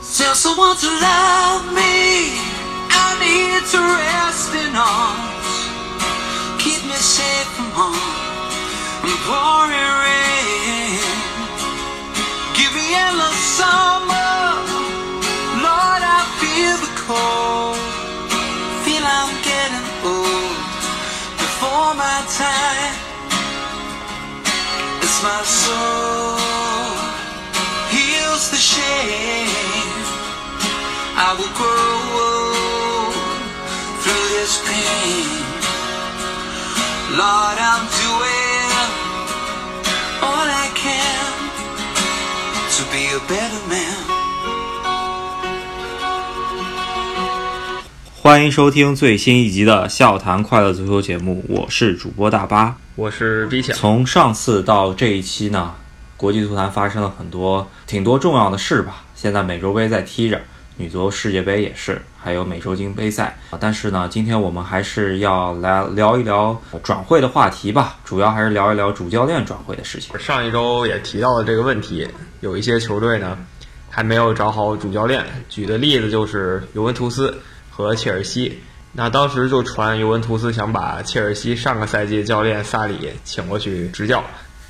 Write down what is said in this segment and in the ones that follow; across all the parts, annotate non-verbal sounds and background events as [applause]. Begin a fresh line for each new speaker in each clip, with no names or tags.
someone to love me. I need to rest in arms. Keep me safe from harm. and pouring rain. Give me endless summer. Lord, I feel the cold. Feel I'm getting old before my time. It's my soul heals the shame. I will grow through this pain. Lord, I'm doing all I can to be a better man.
欢迎收听最新一集的《笑谈快乐足球》节目，我是主播大巴。
我是 B 强，
从上次到这一期呢，国际足坛发生了很多挺多重要的事吧。现在美洲杯在踢着，女足世界杯也是，还有美洲金杯赛。啊但是呢，今天我们还是要来聊一聊转会的话题吧，主要还是聊一聊主教练转会的事情。
上一周也提到了这个问题，有一些球队呢还没有找好主教练。举的例子就是尤文图斯和切尔西。那当时就传尤文图斯想把切尔西上个赛季教练萨里请过去执教，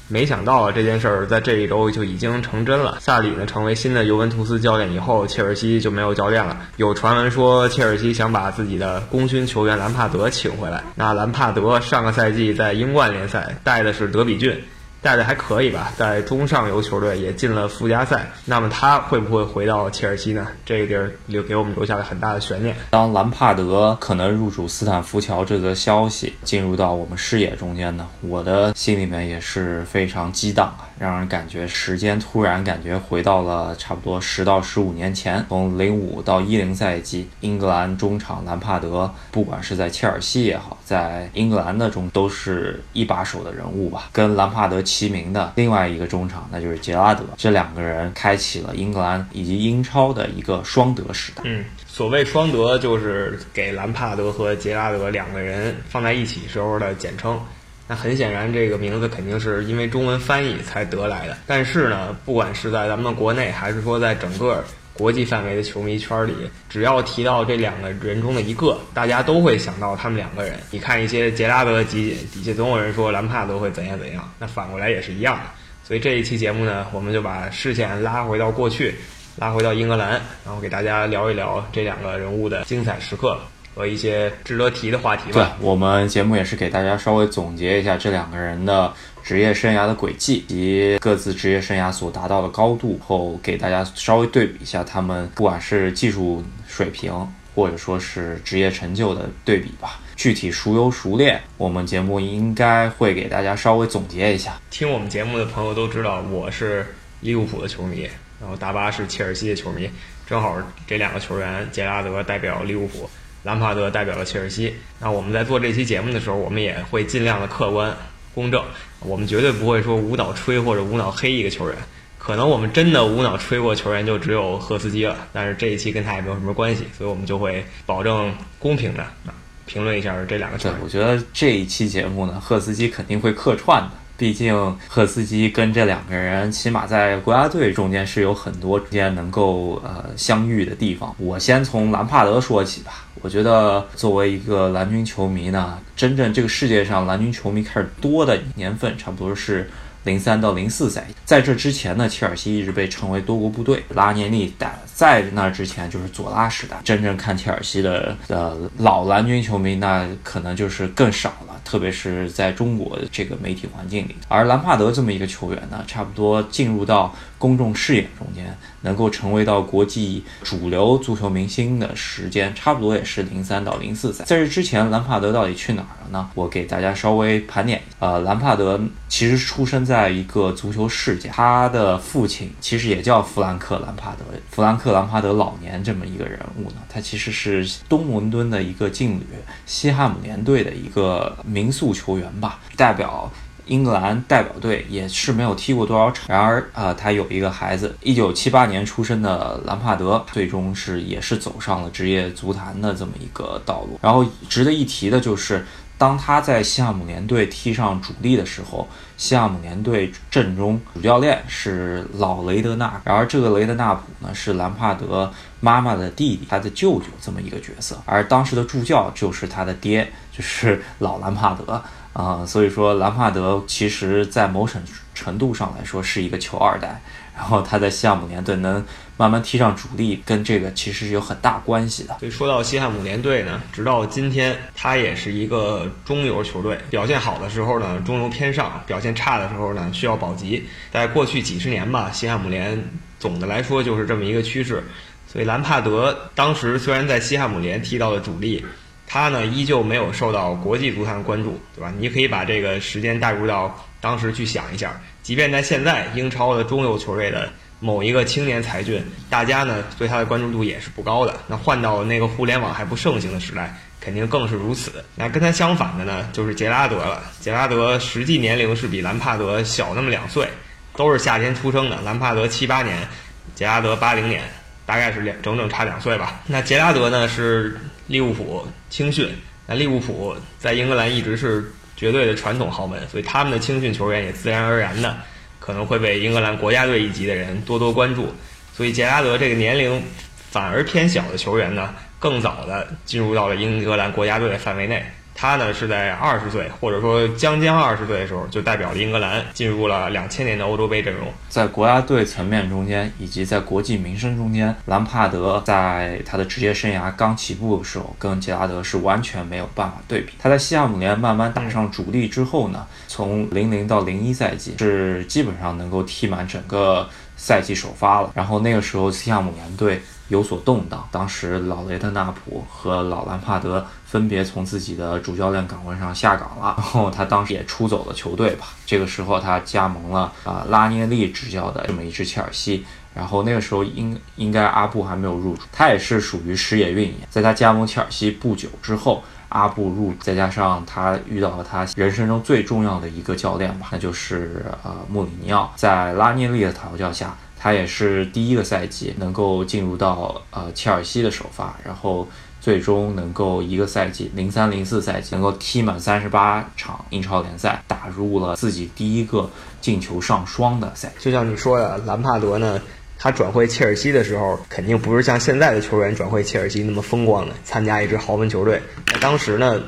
没想到啊这件事儿在这一周就已经成真了。萨里呢成为新的尤文图斯教练以后，切尔西就没有教练了。有传闻说切尔西想把自己的功勋球员兰帕德请回来。那兰帕德上个赛季在英冠联赛带的是德比郡，带的还可以吧，在中上游球队也进了附加赛。那么他会不会回到切尔西呢？这个地儿留给我们留下了很大的悬念。
当兰帕德可能入主斯坦福桥这则消息进入到我们视野中间呢，我的心里面也是非常激荡啊，让人感觉时间突然感觉回到了差不多十到十五年前，从零五到一零赛季，英格兰中场兰帕德，不管是在切尔西也好，在英格兰的中都是一把手的人物吧。跟兰帕德齐名的另外一个中场，那就是杰拉德，这两个人开启了英格兰以及英超的一个双德时代。
嗯，所谓双德就是给兰帕德和杰拉德两个人放在一起时候的简称。那很显然，这个名字肯定是因为中文翻译才得来的。但是呢，不管是在咱们国内，还是说在整个国际范围的球迷圈里，只要提到这两个人中的一个，大家都会想到他们两个人。你看一些杰拉德的集底下总有人说兰帕德会怎样怎样，那反过来也是一样的。所以这一期节目呢，我们就把视线拉回到过去，拉回到英格兰，然后给大家聊一聊这两个人物的精彩时刻和一些值得提的话题
对
吧。
我们节目也是给大家稍微总结一下这两个人的职业生涯的轨迹及各自职业生涯所达到的高度后，给大家稍微对比一下他们不管是技术水平或者说是职业成就的对比吧。具体孰优孰劣，我们节目应该会给大家稍微总结一下。
听我们节目的朋友都知道，我是利物浦的球迷，然后达巴是切尔西的球迷，正好这两个球员，杰拉德代表利物浦，兰帕德代表了切尔西。那我们在做这期节目的时候，我们也会尽量的客观公正，我们绝对不会说无脑吹或者无脑黑一个球员。可能我们真的无脑吹过球员就只有赫斯基了，但是这一期跟他也没有什么关系，所以我们就会保证公平的啊评论一下这两个球
对
员，。
我觉得这一期节目呢，赫斯基肯定会客串的。毕竟赫斯基跟这两个人，起码在国家队中间是有很多之间能够呃相遇的地方。我先从兰帕德说起吧。我觉得作为一个蓝军球迷呢，真正这个世界上蓝军球迷开始多的年份，差不多是零三到零四赛季。在这之前呢，切尔西一直被称为多国部队，拉涅利打在那之前就是佐拉时代。真正看切尔西的呃老蓝军球迷，那可能就是更少了，特别是在中国的这个媒体环境里。而兰帕德这么一个球员呢，差不多进入到公众视野中间，能够成为到国际主流足球明星的时间，差不多也是零三到零四赛。在这之前，兰帕德到底去哪儿了呢？我给大家稍微盘点一下。呃，兰帕德其实出生在一个足球世家，他的父亲其实也叫弗兰克·兰帕德，弗兰克·兰帕德老年这么一个人物呢，他其实是东伦敦的一个劲旅西汉姆联队的一个民宿球员吧，代表英格兰代表队也是没有踢过多少场。然而，啊、他有一个孩子，一九七八年出生的兰帕德，最终是也是走上了职业足坛的这么一个道路。然后值得一提的就是。当他在西汉姆联队踢上主力的时候，西汉姆联队阵中主教练是老雷德纳，然而这个雷德纳普呢是兰帕德妈妈的弟弟，他的舅舅这么一个角色，而当时的助教就是他的爹，就是老兰帕德。啊、所以说兰帕德其实，在某种程度上来说是一个球二代，然后他在西汉姆联队能慢慢踢上主力，跟这个其实是有很大关系的。
所以说到西汉姆联队呢，直到今天，它也是一个中游球队。表现好的时候呢，中游偏上；表现差的时候呢，需要保级。在过去几十年吧，西汉姆联总的来说就是这么一个趋势。所以兰帕德当时虽然在西汉姆联踢到了主力，他呢依旧没有受到国际足坛关注，对吧？你可以把这个时间带入到当时去想一下，即便在现在英超的中游球队的某一个青年才俊，大家呢对他的关注度也是不高的。那换到那个互联网还不盛行的时代，肯定更是如此。那跟他相反的呢，就是杰拉德了。杰拉德实际年龄是比兰帕德小那么两岁，都是夏天出生的。兰帕德七八年，杰拉德八零年，大概是两整整差两岁吧。那杰拉德呢是利物浦青训，那利物浦在英格兰一直是绝对的传统豪门，所以他们的青训球员也自然而然的可能会被英格兰国家队一级的人多多关注。所以杰拉德这个年龄反而偏小的球员呢，更早的进入到了英格兰国家队的范围内。他呢是在二十岁，或者说将近二十岁的时候，就代表了英格兰进入了两千年的欧洲杯阵容。
在国家队层面中间，以及在国际名声中间，兰帕德在他的职业生涯刚起步的时候，跟杰拉德是完全没有办法对比。他在西汉姆联慢慢打上主力之后呢，从零零到零一赛季是基本上能够踢满整个赛季首发了。然后那个时候，西汉姆联队有所动荡，当时老雷特纳普和老兰帕德分别从自己的主教练岗位上下岗了，然后他当时也出走了球队吧。这个时候他加盟了啊、拉涅利执教的这么一支切尔西。然后那个时候应应该阿布还没有入主，他也是属于时也运也。在他加盟切尔西不久之后，阿布入，再加上他遇到了他人生中最重要的一个教练吧，那就是呃穆里尼奥。在拉涅利的调教下，他也是第一个赛季能够进入到呃切尔西的首发，然后最终能够一个赛季零三零四赛季能够踢满三十八场英超联赛，打入了自己第一个进球上双的赛季。
就像你说的，兰帕德呢，他转会切尔西的时候，肯定不是像现在的球员转会切尔西那么风光的，参加一支豪门球队。在当时呢，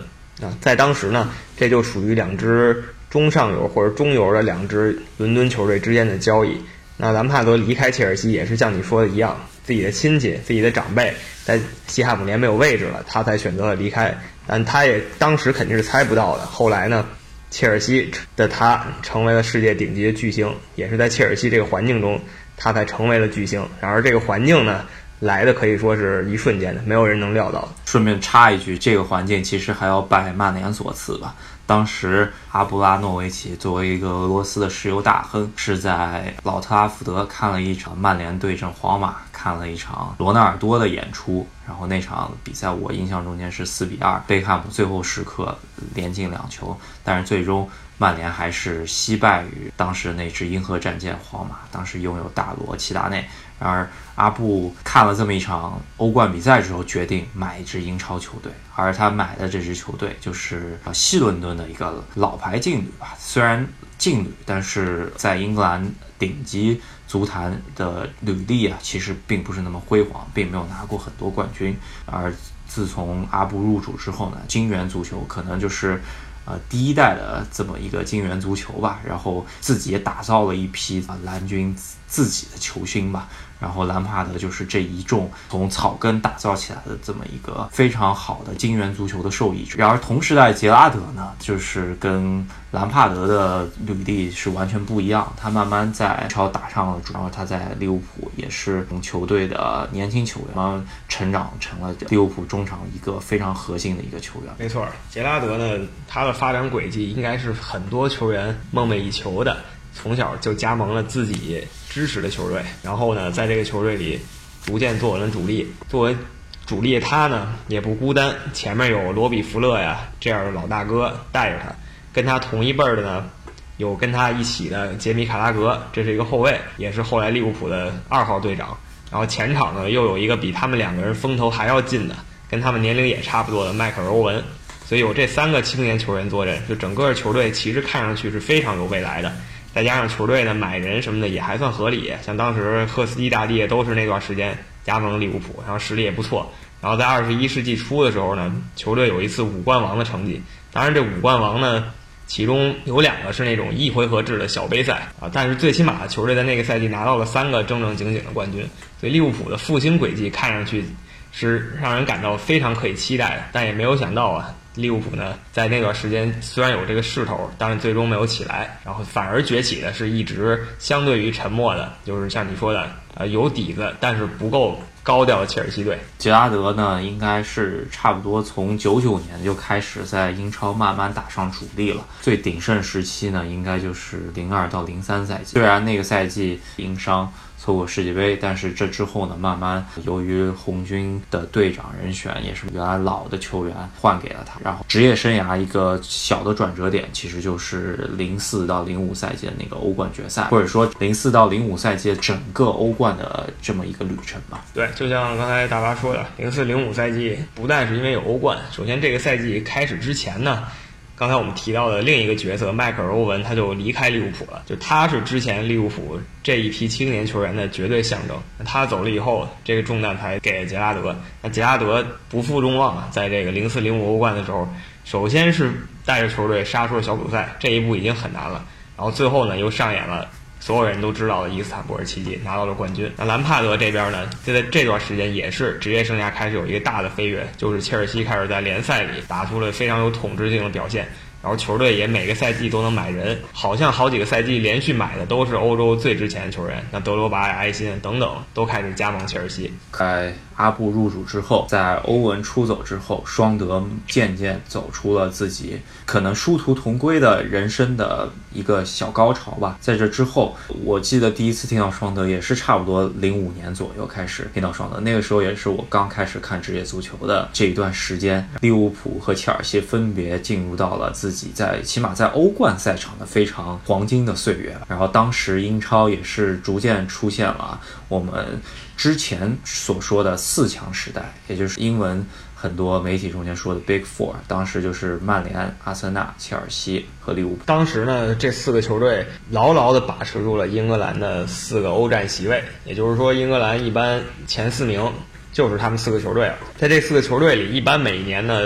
啊，在当时呢，这就属于两支中上游或者中游的两支伦敦球队之间的交易。那兰帕德离开切尔西也是像你说的一样，自己的亲戚、自己的长辈在西汉姆联没有位置了，他才选择了离开。但他也当时肯定是猜不到的。后来呢，切尔西的他成为了世界顶级的巨星，也是在切尔西这个环境中，他才成为了巨星。然而这个环境呢，来的可以说是一瞬间的，没有人能料到。
顺便插一句，这个环境其实还要拜曼联所赐吧。当时阿布拉诺维奇作为一个俄罗斯的石油大亨，是在老特拉福德看了一场曼联对阵皇马，看了一场罗纳尔多的演出。然后那场比赛我印象中间是四比二，贝克汉姆最后时刻连进两球，但是最终曼联还是惜败于当时那支银河战舰皇马，当时拥有大罗、齐达内。然而阿布看了这么一场欧冠比赛之后，决定买一支英超球队，而他买的这支球队就是呃西伦敦的一个老牌劲旅吧，虽然劲旅，但是在英格兰顶级足坛的履历啊，其实并不是那么辉煌，并没有拿过很多冠军。而自从阿布入主之后呢，金元足球可能就是。呃，第一代的这么一个金元足球吧，然后自己也打造了一批啊蓝军自自己的球星吧，然后兰帕德就是这一众从草根打造起来的这么一个非常好的金元足球的受益者。然而同时代杰拉德呢，就是跟兰帕德的履历是完全不一样，他慢慢在英超打上了主，然后他在利物浦也是从球队的年轻球员慢慢成长成了利物浦中场一个非常核心的一个球员。
没错，杰拉德呢，他的发展轨迹应该是很多球员梦寐以求的，从小就加盟了自己支持的球队，然后呢，在这个球队里逐渐坐稳了主力。作为主力，他呢也不孤单，前面有罗比·福勒呀这样的老大哥带着他，跟他同一辈儿的呢。有跟他一起的杰米·卡拉格，这是一个后卫，也是后来利物浦的二号队长。然后前场呢，又有一个比他们两个人风头还要近的，跟他们年龄也差不多的迈克尔·欧文。所以有这三个青年球员坐镇，就整个球队其实看上去是非常有未来的。再加上球队呢买人什么的也还算合理，像当时赫斯基大帝都是那段时间加盟利物浦，然后实力也不错。然后在二十一世纪初的时候呢，球队有一次五冠王的成绩。当然，这五冠王呢，其中有两个是那种一回合制的小杯赛啊，但是最起码球队在那个赛季拿到了三个正正经经的冠军。所以利物浦的复兴轨迹看上去是让人感到非常可以期待的，但也没有想到啊，利物浦呢，在那段时间虽然有这个势头，但是最终没有起来，然后反而崛起的是一直相对于沉默的，就是像你说的，呃，有底子但是不够高调的切尔西队。
杰拉德呢，应该是差不多从九九年就开始在英超慢慢打上主力了。最鼎盛时期呢，应该就是零二到零三赛季。虽然那个赛季因伤错过世界杯，但是这之后呢，慢慢由于红军的队长人选也是原来老的球员换给了他，然后职业生涯一个小的转折点，其实就是零四到零五赛季的那个欧冠决赛，或者说零四到零五赛季整个欧冠的这么一个旅程吧。
对，就像刚才大巴说的，零四零五赛季不但是因为有欧冠，首先这个赛季开始之前呢，刚才我们提到的另一个角色迈克尔·欧文他就离开利物浦了，就他是之前利物浦这一批青年球员的绝对象征。那他走了以后，这个重担才给了杰拉德。那杰拉德不负众望啊，在这个零四零五欧冠的时候，首先是带着球队杀出了小组赛，这一步已经很难了，然后最后呢又上演了。所有人都知道的伊斯坦布尔奇迹拿到了冠军。那兰帕德这边呢，就在这段时间也是职业生涯开始有一个大的飞跃，就是切尔西开始在联赛里打出了非常有统治性的表现，然后球队也每个赛季都能买人，好像好几个赛季连续买的都是欧洲最值钱的球员，那德罗巴呀、埃辛等等都开始加盟切尔西。
在阿布入主之后，在欧文出走之后，双德渐渐走出了自己可能殊途同归的人生的一个小高潮吧。在这之后，我记得第一次听到双德也是差不多零五年左右开始听到双德，那个时候也是我刚开始看职业足球的这一段时间。利物浦和切尔西分别进入到了自己在起码在欧冠赛场的非常黄金的岁月，然后当时英超也是逐渐出现了我们。之前所说的四强时代，也就是英文很多媒体中间说的 Big Four，当时就是曼联、阿森纳、切尔西和利物浦。
当时呢，这四个球队牢牢地把持住了英格兰的四个欧战席位，也就是说，英格兰一般前四名就是他们四个球队了。在这四个球队里，一般每一年呢，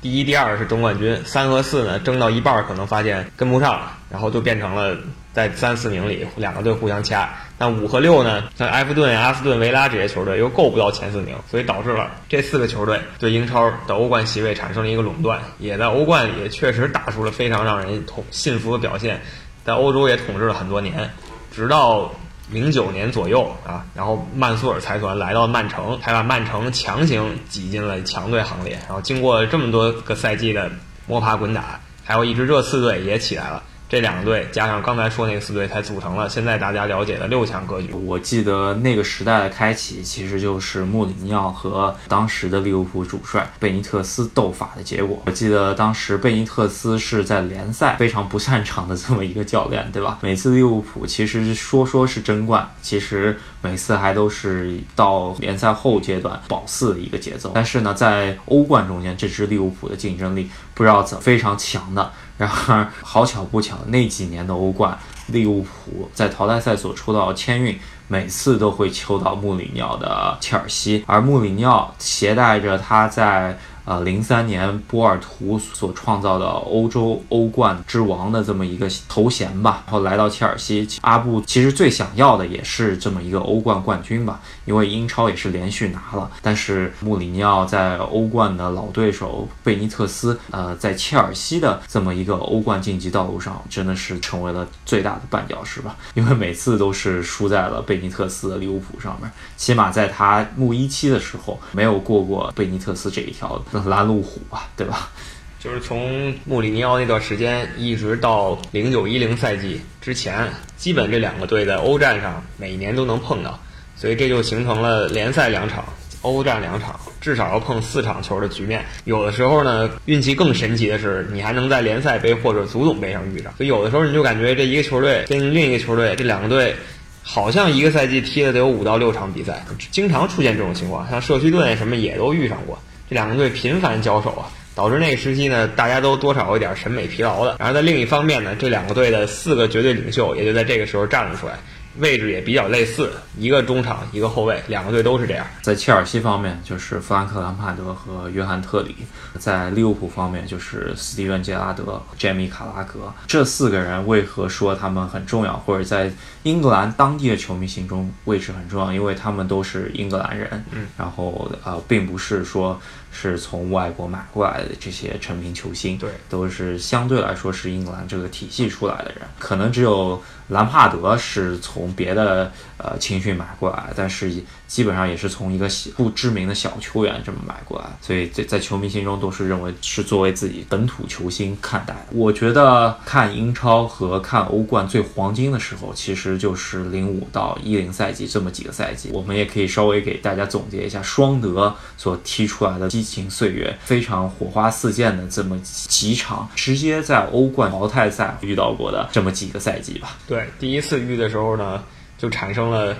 第一、第二是争冠军，三和四呢争到一半儿可能发现跟不上了，然后就变成了在三四名里两个队互相掐。那五和六呢，像埃弗顿、阿斯顿维拉这些球队又够不到前四名，所以导致了这四个球队对英超的欧冠席位产生了一个垄断，也在欧冠里确实打出了非常让人统信服的表现，在欧洲也统治了很多年，直到。零九年左右啊，然后曼苏尔财团来到曼城，才把曼城强行挤进了强队行列。然后经过这么多个赛季的摸爬滚打，还有一支热刺队也起来了。这两个队加上刚才说那个四队，才组成了现在大家了解的六强格局。
我记得那个时代的开启，其实就是穆里尼奥和当时的利物浦主帅贝尼特斯斗法的结果。我记得当时贝尼特斯是在联赛非常不擅长的这么一个教练，对吧？每次利物浦其实说说是争冠，其实每次还都是到联赛后阶段保四的一个节奏。但是呢，在欧冠中间，这支利物浦的竞争力不知道怎非常强的。然而，好巧不巧，那几年的欧冠，利物浦在淘汰赛所抽到的签运，每次都会抽到穆里尼奥的切尔西，而穆里尼奥携带着他在呃零三年波尔图所创造的欧洲欧冠之王的这么一个头衔吧，然后来到切尔西。阿布其实最想要的也是这么一个欧冠冠军吧，因为英超也是连续拿了，但是穆里尼奥在欧冠的老对手贝尼特斯，呃，在切尔西的这么一个欧冠晋级道路上，真的是成为了最大的绊脚石吧，因为每次都是输在了贝尼特斯的利物浦上面，起码在他穆一期的时候没有过过贝尼特斯这一条拦路虎吧，对吧？
就是从穆里尼奥那段时间一直到零九一零赛季之前，基本这两个队在欧战上每年都能碰到，所以这就形成了联赛两场、欧战两场，至少要碰四场球的局面。有的时候呢，运气更神奇的是，你还能在联赛杯或者足总杯上遇上。所以有的时候你就感觉这一个球队跟另一个球队，这两个队。好像一个赛季踢了得有五到六场比赛，经常出现这种情况，像社区盾什么也都遇上过，这两个队频繁交手啊。导致那个时期呢，大家都多少有点审美疲劳了。然后在另一方面呢，这两个队的四个绝对领袖也就在这个时候站了出来，位置也比较类似，一个中场，一个后卫，两个队都是这样。
在切尔西方面，就是弗兰克·兰帕德和约翰·特里；在利物浦方面，就是斯蒂芬·杰拉德、杰米·卡拉格。这四个人为何说他们很重要，或者在英格兰当地的球迷心中位置很重要？因为他们都是英格兰人，
嗯，
然后呃，并不是说是从外国买过来的这些成名球星，
对
都是相对来说是英格兰这个体系出来的人，可能只有兰帕德是从别的呃青训买过来，但是基本上也是从一个小不知名的小球员这么买过来，所以在在球迷心中都是认为是作为自己本土球星看待的。我觉得看英超和看欧冠最黄金的时候，其实就是零五到一零赛季这么几个赛季，我们也可以稍微给大家总结一下双德所踢出来的激情岁月，非常火花四溅的这么几场，直接在欧冠淘汰赛遇到过的这么几个赛季吧。
对，第一次遇的时候呢，就产生了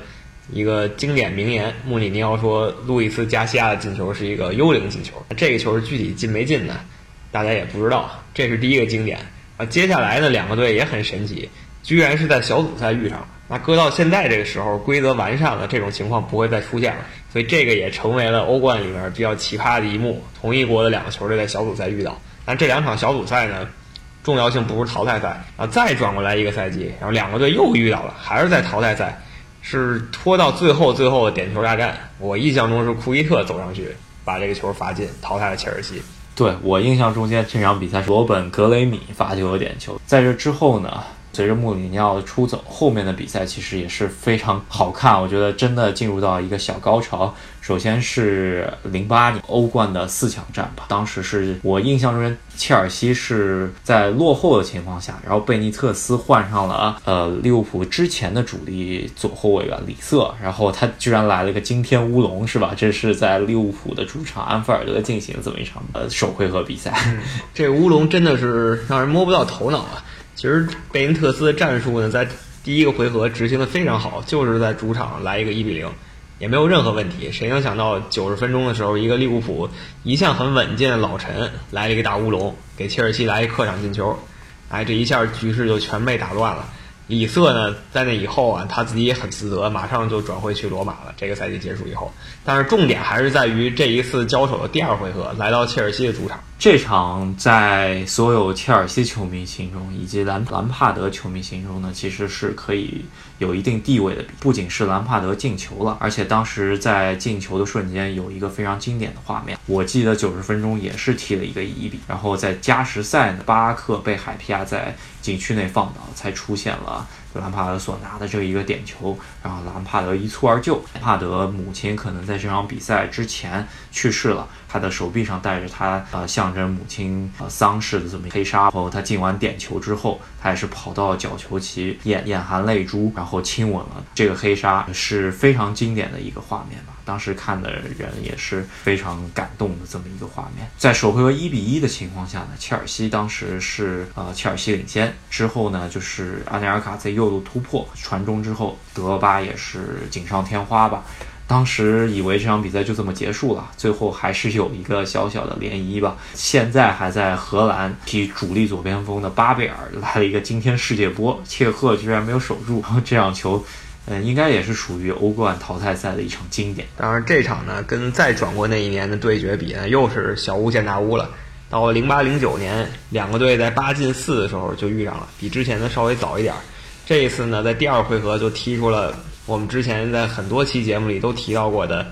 一个经典名言：穆里尼奥说，路易斯·加西亚的进球是一个幽灵进球。这个球具体进没进呢？大家也不知道。这是第一个经典啊。接下来的两个队也很神奇，居然是在小组赛遇上了。那搁到现在这个时候，规则完善了，这种情况不会再出现了。所以这个也成为了欧冠里面比较奇葩的一幕：同一国的两个球队在小组赛遇到。但这两场小组赛呢，重要性不如淘汰赛啊，再转过来一个赛季，然后两个队又遇到了，还是在淘汰赛，是拖到最后最后的点球大战。我印象中是库伊特走上去把这个球罚进，淘汰了切尔西。
对我印象中间这场比赛是罗本格雷米发球的点球，在这之后呢，随着穆里尼奥的出走，后面的比赛其实也是非常好看，我觉得真的进入到一个小高潮。首先是零八年欧冠的四强战吧，当时是我印象中切尔西是在落后的情况下，然后贝尼特斯换上了呃利物浦之前的主力左后卫吧里瑟，然后他居然来了个惊天乌龙是吧？这是在利物浦的主场安菲尔德进行这么一场呃首回合比赛。
这乌龙真的是让人摸不到头脑啊！其实贝因特斯的战术呢，在第一个回合执行的非常好，就是在主场来一个一比零，也没有任何问题。谁能想到九十分钟的时候，一个利物浦一向很稳健的老陈来了一个大乌龙，给切尔西来一客场进球，哎，这一下局势就全被打乱了。里瑟呢，在那以后啊，他自己也很自责，马上就转会去罗马了。这个赛季结束以后，但是重点还是在于这一次交手的第二回合，来到切尔西的主场。
这场在所有切尔西球迷心中，以及兰兰帕德球迷心中呢，其实是可以有一定地位的。不仅是兰帕德进球了，而且当时在进球的瞬间有一个非常经典的画面，我记得九十分钟也是踢了一个一比，然后在加时赛呢，巴拉克被海皮亚在禁区内放倒，啊才出现了。兰帕德所拿的这一个点球，然后兰帕德一蹴而就。兰帕德母亲可能在这场比赛之前去世了，他的手臂上戴着他呃象征母亲呃丧事的这么一个黑纱。然后他进完点球之后，他也是跑到角球旗，眼眼含泪珠，然后亲吻了这个黑纱，是非常经典的一个画面吧。啊当时看的人也是非常感动的这么一个画面。在首回合一比一的情况下呢，切尔西当时是呃切尔西领先，之后呢就是阿内尔卡在右路突破传中之后，德罗巴也是锦上添花吧。当时以为这场比赛就这么结束了，最后还是有一个小小的涟漪吧。现在还在荷兰踢主力左边锋的巴贝尔来了一个惊天世界波，切赫居然没有守住， [laughs] 然后这场球，嗯，应该也是属于欧冠淘汰赛的一场经典。
当然，这场呢跟再转过那一年的对决比呢，又是小巫见大巫了。到零八零九年，两个队在八进四的时候就遇上了，比之前的稍微早一点儿。这一次呢，在第二回合就踢出了我们之前在很多期节目里都提到过的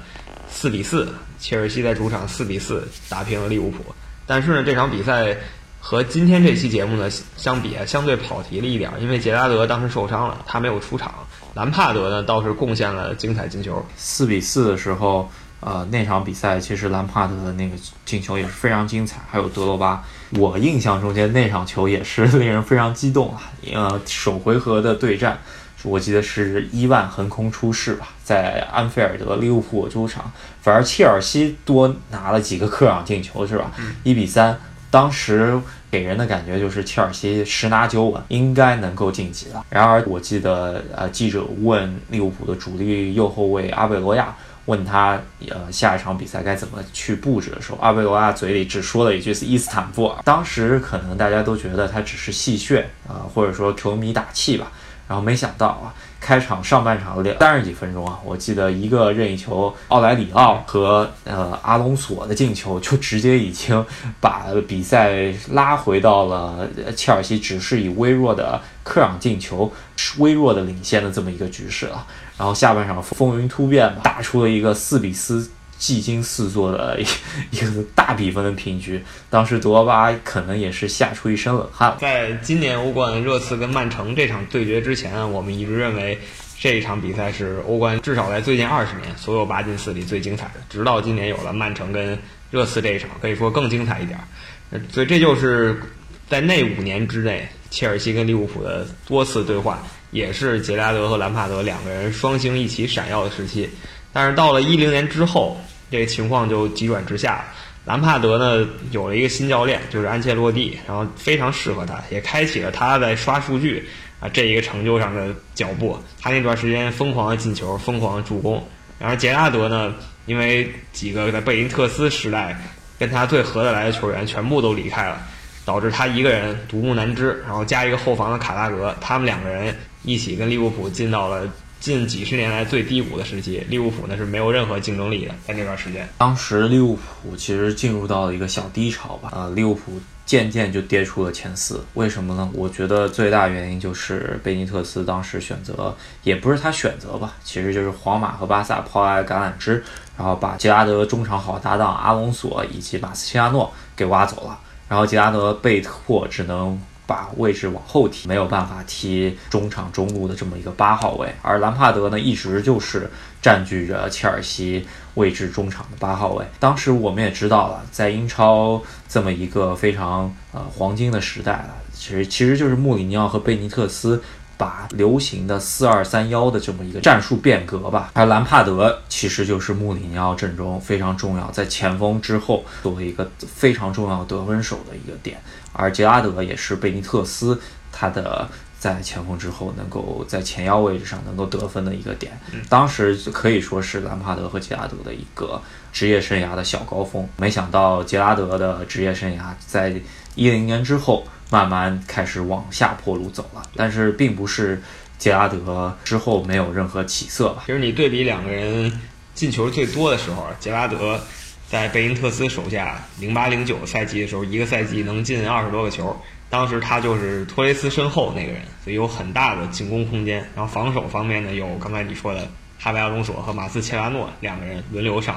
四比四，切尔西在主场四比四打平了利物浦。但是呢，这场比赛和今天这期节目呢相比啊，相对跑题了一点儿，因为杰拉德当时受伤了，他没有出场。兰帕德呢倒是贡献了精彩进球，
四比四的时候，呃，那场比赛其实兰帕德的那个进球也是非常精彩，还有德罗巴。我印象中间那场球也是令人非常激动啊，呃，首回合的对战，我记得是伊万横空出世吧，在安菲尔德利物浦主场，反而切尔西多拿了几个客场进球是吧？一比三，当时给人的感觉就是切尔西十拿九稳，应该能够晋级了。然而，我记得呃，记者问利物浦的主力右后卫阿贝罗亚问他呃下一场比赛该怎么去布置的时候，阿贝罗拉嘴里只说了一句是伊斯坦布尔。当时可能大家都觉得他只是戏谑啊、或者说球迷打气吧。然后没想到啊，开场上半场两三十几分钟啊，我记得一个任意球，奥莱里奥和呃阿隆索的进球，就直接已经把比赛拉回到了呃切尔西只是以微弱的客场进球微弱的领先的这么一个局势了。然后下半场风云突变吧，打出了一个四比四。技惊四座的一 [laughs] 一个大比分的平局，当时德罗巴可能也是吓出一身冷汗了。
在今年欧冠热刺跟曼城这场对决之前，啊我们一直认为这一场比赛是欧冠至少在最近二十年所有八进四里最精彩的，直到今年有了曼城跟热刺这一场，可以说更精彩一点儿。呃所以这就是在那五年之内，切尔西跟利物浦的多次对换，也是杰拉德和兰帕德两个人双星一起闪耀的时期。但是到了一零年之后，这个情况就急转直下了。兰帕德呢有了一个新教练，就是安切洛蒂，然后非常适合他，也开启了他在刷数据啊这一个成就上的脚步。他那段时间疯狂的进球，疯狂的助攻。然而杰拉德呢，因为几个在贝林特斯时代跟他最合得来的球员全部都离开了，导致他一个人独木难支。然后加一个后防的卡拉格，他们两个人一起跟利物浦进到了近几十年来最低谷的时期。利物浦呢是没有任何竞争力的，在那段时间。
当时利物浦其实进入到了一个小低潮吧，啊、利物浦渐渐就跌出了前四。为什么呢？我觉得最大原因就是贝尼特斯当时选择，也不是他选择吧，其实就是皇马和巴萨抛来橄榄枝，然后把杰拉德中场好搭档阿隆索以及马斯切拉诺给挖走了，然后杰拉德被迫只能把位置往后踢，没有办法踢中场中路的这么一个八号位。而兰帕德呢，一直就是占据着切尔西位置中场的八号位。当时我们也知道了，在英超这么一个非常呃黄金的时代了，其实其实就是穆里尼奥和贝尼特斯。把流行的四二三幺的这么一个战术变革吧，而兰帕德其实就是穆里尼奥阵中非常重要，在前锋之后作为一个非常重要得分手的一个点，而杰拉德也是贝尼特斯他的在前锋之后能够在前腰位置上能够得分的一个点，当时可以说是兰帕德和杰拉德的一个职业生涯的小高峰。没想到杰拉德的职业生涯在一零年之后慢慢开始往下坡路走了，但是并不是杰拉德之后没有任何起色吧。
其实你对比两个人进球最多的时候，杰拉德在贝因特斯手下，零八零九赛季的时候，一个赛季能进二十多个球。当时他就是托雷斯身后那个人，所以有很大的进攻空间。然后防守方面呢，有刚才你说的哈维阿隆索和马斯切拉诺两个人轮流上，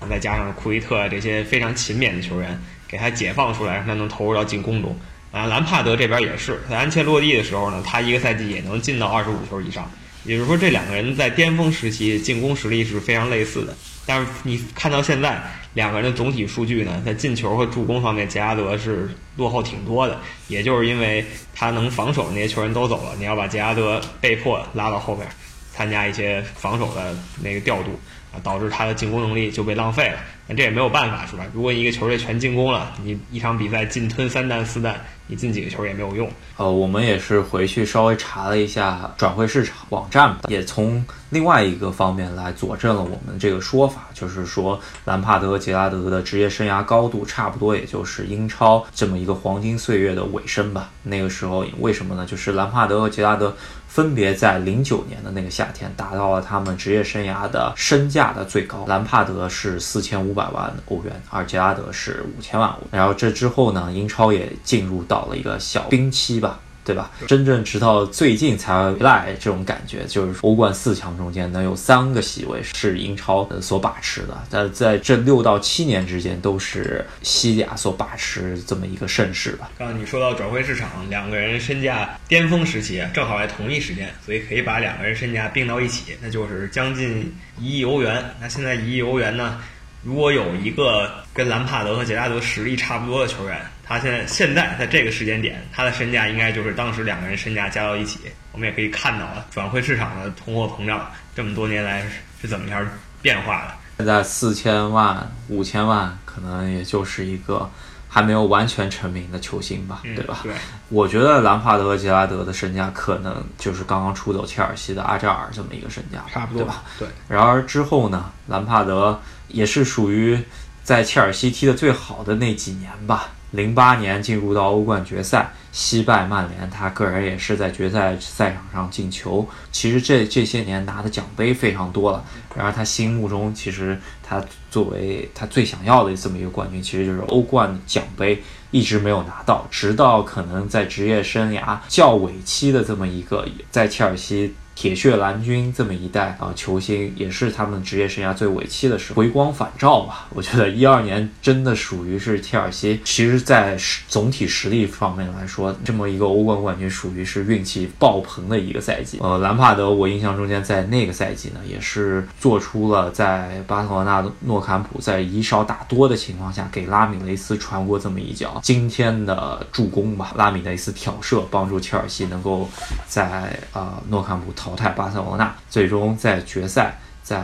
然后再加上库伊特这些非常勤勉的球员，给他解放出来，让他能投入到进攻中。啊，兰帕德这边也是，在安切洛蒂的时候呢，他一个赛季也能进到二十五球以上。也就是说，这两个人在巅峰时期进攻实力是非常类似的。但是你看到现在，两个人的总体数据呢，在进球和助攻方面，杰拉德是落后挺多的。也就是因为他能防守，那些球员都走了，你要把杰拉德被迫拉到后面，参加一些防守的那个调度啊，导致他的进攻能力就被浪费了。那这也没有办法，是吧？如果一个球队全进攻了，你一场比赛进吞三弹四弹，你进几个球也没有用。
呃，我们也是回去稍微查了一下转会市场网站，也从另外一个方面来佐证了我们这个说法，就是说兰帕德、杰拉德的职业生涯高度差不多，也就是英超这么一个黄金岁月的尾声吧。那个时候为什么呢？就是兰帕德和杰拉德分别在零九年的那个夏天达到了他们职业生涯的身价的最高，兰帕德是四千五百万欧元，而杰拉德是五千万欧元。然后这之后呢，英超也进入到了一个小冰期吧。对吧？真正直到最近才回来这种感觉，就是欧冠四强中间能有三个席位是英超呃所把持的，但在这六到七年之间都是西甲所把持这么一个盛世吧。
刚刚你说到转会市场，两个人身价巅峰时期正好在同一时间，所以可以把两个人身价并到一起，那就是将近一亿欧元。那现在一亿欧元呢？如果有一个跟兰帕德和杰拉德实力差不多的球员，他现在现在在这个时间点，他的身价应该就是当时两个人身价加到一起。我们也可以看到啊，转会市场的通货膨胀这么多年来是是怎么样变化的。
现在四千万、五千万，可能也就是一个还没有完全成名的球星吧，
嗯
对吧？
对，
我觉得兰帕德和杰拉德的身价可能就是刚刚出走切尔西的阿扎尔这么一个身价，
差不多
对吧？？
对，
然而之后呢，兰帕德也是属于在切尔西踢的最好的那几年吧。零八年进入到欧冠决赛，惜败曼联，他个人也是在决赛赛场上进球。其实这这些年拿的奖杯非常多了，然而他心目中其实他作为他最想要的这么一个冠军，其实就是欧冠奖杯。一直没有拿到，直到可能在职业生涯较尾期的这么一个，在切尔西铁血蓝军这么一代啊、球星，也是他们职业生涯最尾期的时候，回光返照吧。我觉得一二年真的属于是切尔西，其实在实总体实力方面来说，这么一个欧冠冠军属于是运气爆棚的一个赛季。呃，兰帕德我印象中间在那个赛季呢，也是做出了在巴塞罗那诺坎普在以少打多的情况下，给拉米雷斯传过这么一脚惊天的助攻吧。拉米雷斯挑射帮助切尔西能够在呃诺坎普淘汰巴塞罗那，最终在决赛。在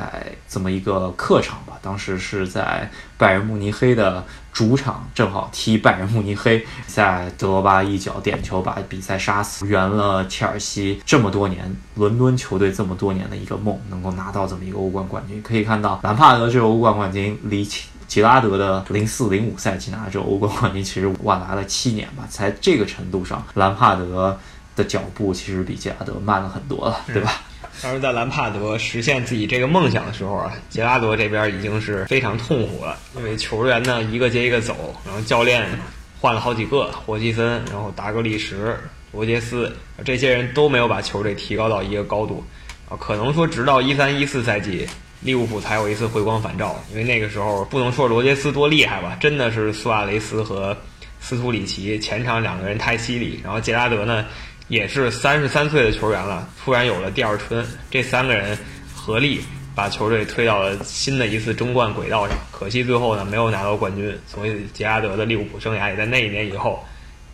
这么一个客场吧，当时是在拜仁慕尼黑的主场，正好踢拜仁慕尼黑，在德罗巴一脚点球把比赛杀死，圆了切尔西这么多年伦敦球队这么多年的一个梦，能够拿到这么一个欧冠冠军。可以看到，兰帕德这个欧冠冠军离切吉拉德的零四零五赛季拿这个欧冠冠军，其实晚来了七年吧，才这个程度上，兰帕德的脚步其实比吉拉德慢了很多了，对吧？
当时在兰帕德实现自己这个梦想的时候啊，杰拉德这边已经是非常痛苦了，因为球员呢一个接一个走，然后教练换了好几个，霍奇森，然后达格利什、罗杰斯，这些人都没有把球队提高到一个高度啊。可能说，直到一三一四赛季，利物浦才有一次回光返照，因为那个时候不能说罗杰斯多厉害吧，真的是苏亚雷斯和斯图里奇前场两个人太犀利，然后杰拉德呢也是三十三岁的球员了，突然有了第二春，这三个人合力把球队推到了新的一次争冠轨道上。可惜最后呢没有拿到冠军，所以杰拉德的利物浦生涯也在那一年以后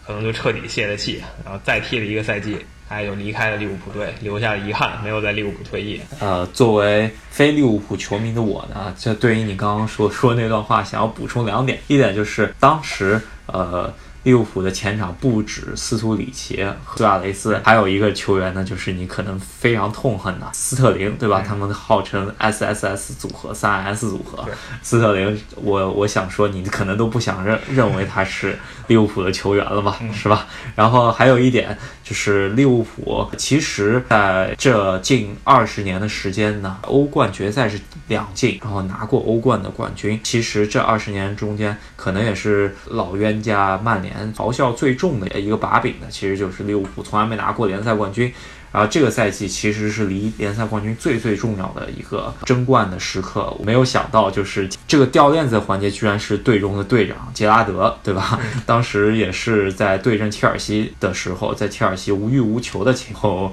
可能就彻底泄了气，然后再踢了一个赛季，他也就离开了利物浦队，留下了遗憾，没有在利物浦退役。
呃，作为非利物浦球迷的我呢，这对于你刚刚说说那段话，想要补充两点。一点就是当时呃，利物浦的前场不止斯图里奇和苏亚雷斯，还有一个球员呢，就是你可能非常痛恨的斯特林，对吧？他们号称 SSS 组合、三 S 组合
对。
斯特林，我我想说，你可能都不想认认为他是利物浦的球员了吧，是吧？然后还有一点就是利物浦，其实在这近二十年的时间呢，欧冠决赛是两进，然后拿过欧冠的冠军。其实这二十年中间，可能也是老冤家曼联嘲笑最重的一个把柄呢，其实就是利物浦从来没拿过联赛冠军。然后这个赛季其实是离联赛冠军最最重要的一个争冠的时刻。我没有想到，就是这个掉链子的环节居然是队中的队长杰拉德，对吧？当时也是在对阵切尔西的时候，在切尔西无欲无求的情况后，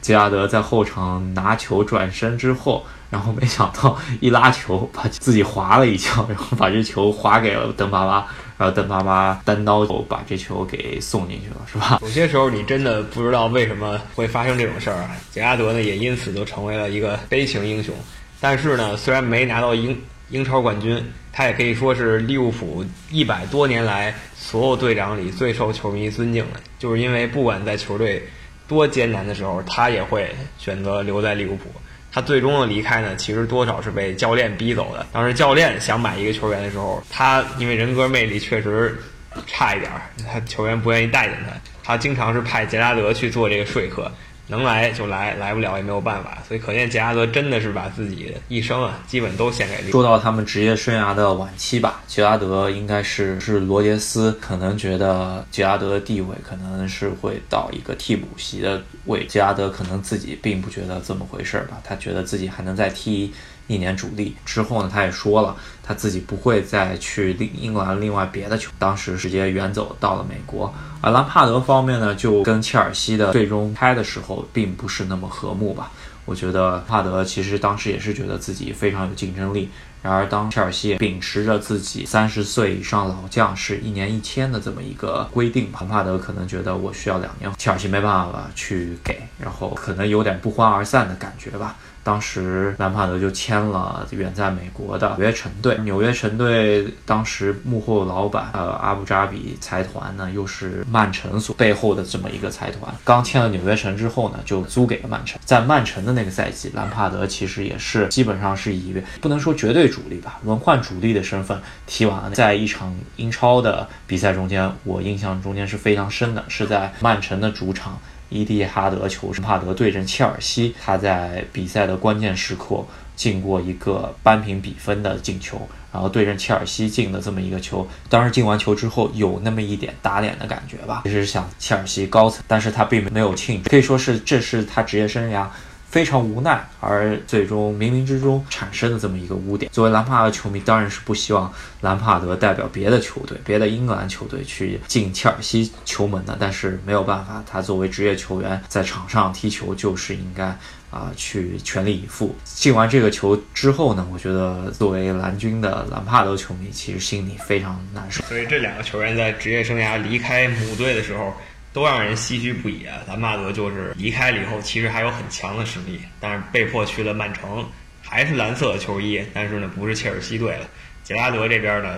杰拉德在后场拿球转身之后。然后没想到一拉球把自己滑了一跤， [laughs] 然后把这球滑给了登巴巴，然后登巴巴单刀把这球给送进去了，是吧？
有些时候你真的不知道为什么会发生这种事儿啊。杰拉德呢，也因此就成为了一个悲情英雄。但是呢，虽然没拿到英英超冠军，他也可以说是利物浦一百多年来所有队长里最受球迷尊敬的，就是因为不管在球队多艰难的时候，他也会选择留在利物浦。他最终的离开呢，其实多少是被教练逼走的。当时教练想买一个球员的时候，他因为人格魅力确实差一点儿，他球员不愿意待见他，他经常是派杰拉德去做这个说客，能来就来，来不了也没有办法。所以可见杰拉德真的是把自己的一生啊，基本都献给利物浦。
呃说到他们职业生涯的晚期吧，杰拉德应该是是罗杰斯可能觉得杰拉德的地位可能是会到一个替补席的位，杰拉德可能自己并不觉得这么回事儿吧，他觉得自己还能再踢一年主力。之后呢，他也说了他自己不会再去另英格兰另外别的球，当时直接远走到了美国。而兰帕德方面呢，就跟切尔西的最终开的时候并不是那么和睦吧。我觉得帕德其实当时也是觉得自己非常有竞争力。然而，当切尔西秉持着自己三十岁以上老将是一年一签的这么一个规定吧，帕德可能觉得我需要两年，切尔西没办法去给，然后可能有点不欢而散的感觉吧。当时兰帕德就签了远在美国的纽约城队，纽约城队当时幕后老板呃阿布扎比财团呢，又是曼城所背后的这么一个财团。刚签了纽约城之后呢，就租给了曼城。在曼城的那个赛季，兰帕德其实也是基本上是以一个不能说绝对主力吧，轮换主力的身份踢完了。在一场英超的比赛中间，我印象中间是非常深的，是在曼城的主场。，E 伊蒂哈德球是帕德对阵切尔西，他在比赛的关键时刻进过一个扳平比分的进球，然后对阵切尔西进的这么一个球。当时进完球之后有那么一点打脸的感觉吧，其实想切尔西高层，但是他并没有庆祝，可以说是这是他职业生涯。非常无奈，而最终冥冥之中产生的这么一个污点。作为兰帕德球迷，当然是不希望兰帕德代表别的球队、别的英格兰球队去进切尔西球门的，但是没有办法，他作为职业球员在场上踢球就是应该啊、去全力以赴。进完这个球之后呢，我觉得作为蓝军的兰帕德球迷，其实心里非常难受。
所以这两个球员在职业生涯离开母队的时候，都让人唏嘘不已啊。兰帕德就是离开了以后，其实还有很强的实力，但是被迫去了曼城，还是蓝色的球衣，但是呢不是切尔西队了。杰拉德这边呢，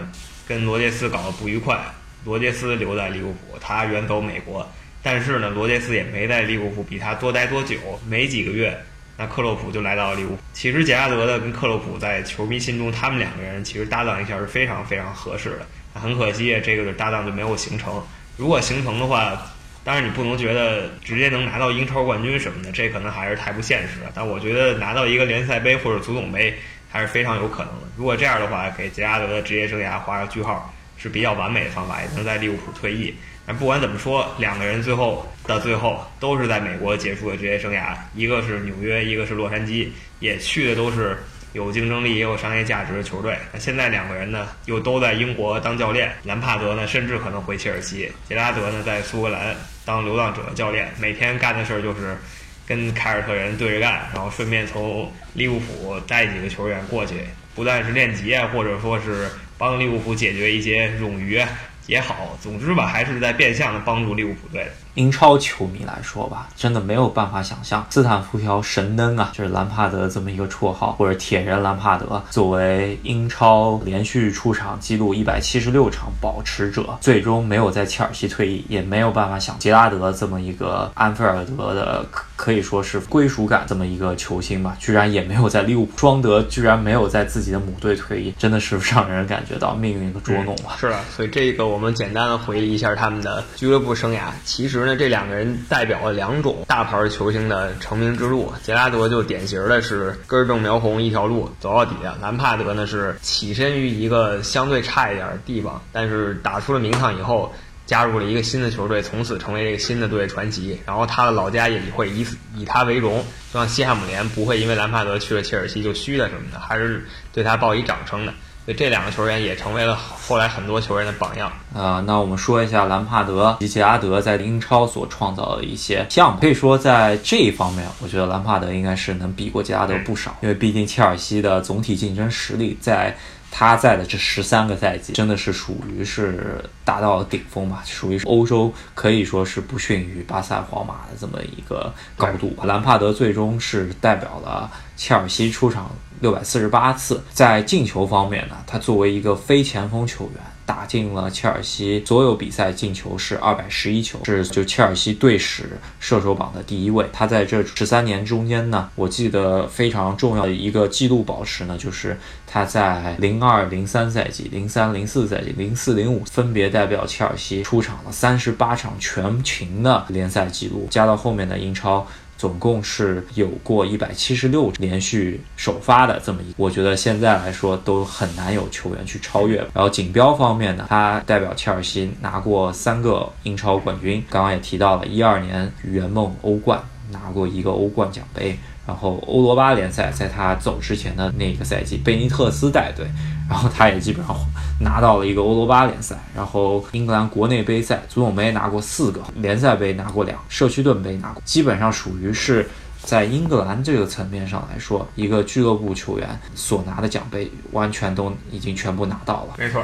跟罗杰斯搞得不愉快，罗杰斯留在利物浦，他远走美国，但是呢罗杰斯也没在利物浦比他多待多久，没几个月。那克洛普就来到了利物浦。其实杰拉德的跟克洛普在球迷心中，他们两个人其实搭档一下是非常非常合适的。那很可惜，这个搭档就没有形成。如果形成的话，当然你不能觉得直接能拿到英超冠军什么的，这可能还是太不现实了。但我觉得拿到一个联赛杯或者足总杯还是非常有可能的。如果这样的话，给杰拉德的职业生涯画上句号是比较完美的方法，也能在利物浦退役。但不管怎么说，两个人最后到最后都是在美国结束的职业生涯，一个是纽约，一个是洛杉矶，也去的都是有竞争力也有商业价值的球队。那现在两个人呢，又都在英国当教练，兰帕德呢甚至可能回切尔西，杰拉德呢在苏格兰当流浪者教练，每天干的事儿就是跟凯尔特人对着干，然后顺便从利物浦带几个球员过去，不但是练级啊，或者说是帮利物浦解决一些冗余啊也好，总之吧，还是在变相的帮助利物浦队。
英超球迷来说吧，真的没有办法想象斯坦福桥神灯啊，就是兰帕德这么一个绰号，或者铁人兰帕德，作为英超连续出场记录一百七十六场保持者，最终没有在切尔西退役，也没有办法想杰拉德这么一个安菲尔德的可可以说是归属感这么一个球星吧，居然也没有在利物浦，庄德居然没有在自己的母队退役，真的是让人感觉到命运的捉弄啊。
是的，所以这个我们简单的回忆一下他们的俱乐部生涯。其实呢，这两个人代表了两种大牌球星的成名之路。杰拉德就典型的是根正苗红一条路走到底啊，兰帕德呢是起身于一个相对差一点的地方，但是打出了名堂以后。加入了一个新的球队，从此成为这个新的队传奇。然后他的老家也会以此以他为荣，就像西汉姆联不会因为兰帕德去了切尔西就虚的什么的，还是对他报以掌声的。所以这两个球员也成为了后来很多球员的榜样。
呃，那我们说一下兰帕德及杰拉德在英超所创造的一些项目，可以说在这一方面，我觉得兰帕德应该是能比过杰拉德不少，因为毕竟切尔西的总体竞争实力在他在的这十三个赛季真的是属于是达到了顶峰吧，属于是欧洲可以说是不逊于巴萨、皇马的这么一个高度吧。兰帕德最终是代表了切尔西出场六百四十八次，在进球方面呢，他作为一个非前锋球员。打进了切尔西所有比赛进球是二百十一球，是就切尔西队史射手榜的第一位。他在这十三年中间呢，我记得非常重要的一个纪录保持呢，就是他在零二零三赛季、零三零四赛季、零四零五分别代表切尔西出场了三十八场全勤的联赛记录，加到后面的英超。总共是有过一百七十六连续首发的这么一，我觉得现在来说都很难有球员去超越。然后锦标方面呢，他代表切尔西拿过三个英超冠军，刚刚也提到了，一二年圆梦欧冠拿过一个欧冠奖杯，然后欧罗巴联赛在他走之前的那个赛季，贝尼特斯带队，然后他也基本上拿到了一个欧罗巴联赛，然后英格兰国内杯赛、足总杯拿过四个，联赛杯拿过两，社区盾杯拿过，基本上属于是。在英格兰这个层面上来说，一个俱乐部球员所拿的奖杯完全都已经全部拿到了。
没错。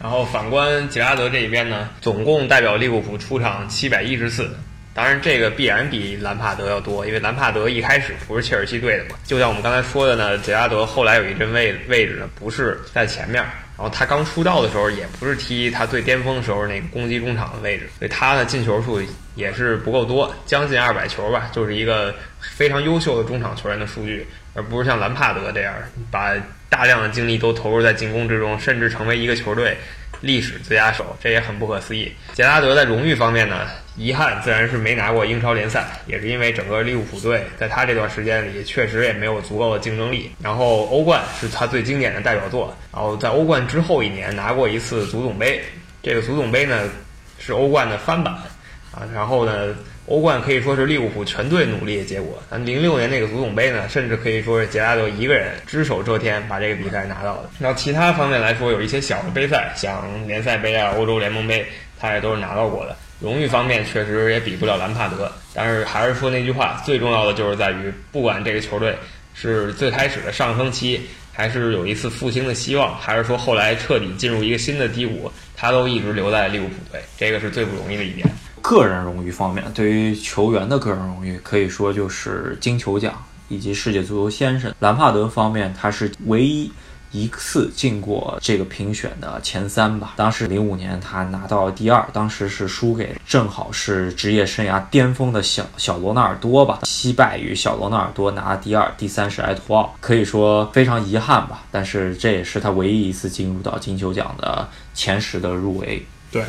然后反观杰拉德这一边呢，总共代表利物浦出场七百一十次，当然这个必然比兰帕德要多，因为兰帕德一开始不是切尔西队的嘛。就像我们刚才说的呢，杰拉德后来有一阵位位置呢不是在前面，然后他刚出道的时候也不是踢他最巅峰的时候那个攻击中场的位置，所以他的进球数也是不够多，将近二百球吧，就是一个非常优秀的中场球员的数据，而不是像兰帕德这样把大量的精力都投入在进攻之中，甚至成为一个球队历史最佳手，这也很不可思议。杰拉德在荣誉方面呢，遗憾自然是没拿过英超联赛，也是因为整个利物浦队在他这段时间里确实也没有足够的竞争力。然后欧冠是他最经典的代表作，然后在欧冠之后一年拿过一次足总杯，这个足总杯呢是欧冠的翻版啊，然后呢。欧冠可以说是利物浦全队努力的结果。咱零六年那个足总杯呢，甚至可以说是杰拉德一个人只手遮天把这个比赛拿到的。那其他方面来说，有一些小的杯赛，像联赛杯啊、欧洲联盟杯，他也都是拿到过的。荣誉方面确实也比不了兰帕德，但是还是说那句话，最重要的就是在于，不管这个球队是最开始的上升期，还是有一次复兴的希望，还是说后来彻底进入一个新的低谷，他都一直留在利物浦队，这个是最不容易的一点。
个人荣誉方面，对于球员的个人荣誉，可以说就是金球奖以及世界足球先生。兰帕德方面，他是唯一一次进过这个评选的前三吧。当时零五年他拿到第二，当时是输给正好是职业生涯巅峰的小小罗纳尔多吧，惜败于小罗纳尔多拿第二，第三是埃托奥，可以说非常遗憾吧。但是这也是他唯一一次进入到金球奖的前十的入围。
对。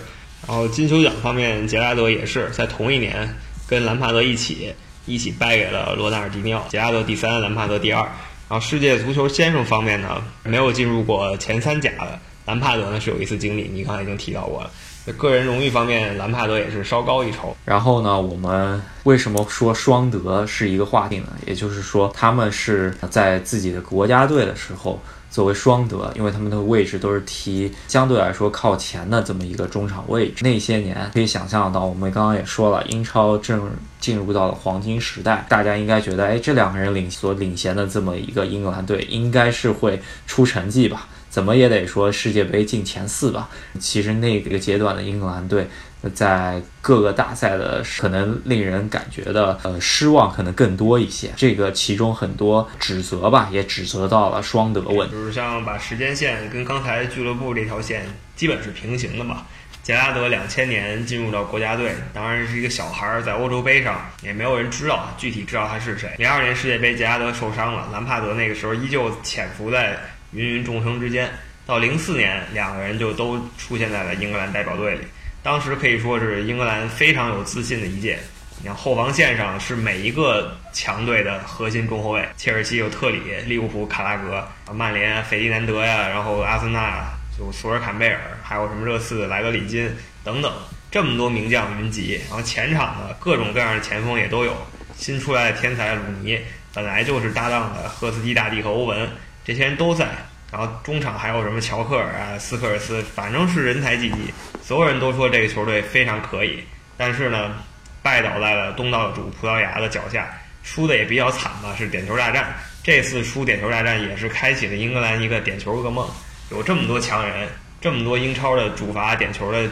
然后金球奖方面，杰拉德也是在同一年跟兰帕德一起一起败给了罗纳尔迪尼奥，杰拉德第三，兰帕德第二。然后世界足球先生方面呢，没有进入过前三甲的兰帕德呢是有一次经历，你刚才已经提到过了。个人荣誉方面，兰帕德也是稍高一筹。
然后呢，我们为什么说双德是一个话题呢？也就是说，他们是在自己的国家队的时候。作为双德，因为他们的位置都是踢相对来说靠前的这么一个中场位置。那些年可以想象到，我们刚刚也说了，英超正进入到了黄金时代，大家应该觉得，哎，这两个人领所领衔的这么一个英格兰队，应该是会出成绩吧？怎么也得说世界杯进前四吧？其实那个阶段的英格兰队。在各个大赛的可能令人感觉的呃失望可能更多一些，这个其中很多指责吧，也指责到了双德问
题，就是像把时间线跟刚才俱乐部这条线基本是平行的嘛。杰拉德两千年进入到国家队，当然是一个小孩儿，在欧洲杯上也没有人知道具体知道他是谁。零二年世界杯，杰拉德受伤了，兰帕德那个时候依旧潜伏在芸芸众生之间。到零四年，两个人就都出现在了英格兰代表队里。当时可以说是英格兰非常有自信的一届。你看后防线上是每一个强队的核心中后卫，切尔西有特里，利物浦卡拉格，曼联费迪南德呀，然后阿森纳就索尔坎贝尔，还有什么热刺莱德里金等等，这么多名将云集。然后前场的各种各样的前锋也都有，新出来的天才鲁尼本来就是搭档的赫斯基大帝和欧文，这些人都在。然后中场还有什么乔克尔啊、斯科尔斯，反正是人才济济，所有人都说这个球队非常可以。但是呢，拜倒在了东道主葡萄牙的脚下，输的也比较惨吧，是点球大战。这次输点球大战也是开启了英格兰一个点球噩梦。有这么多强人，这么多英超的主罚点球的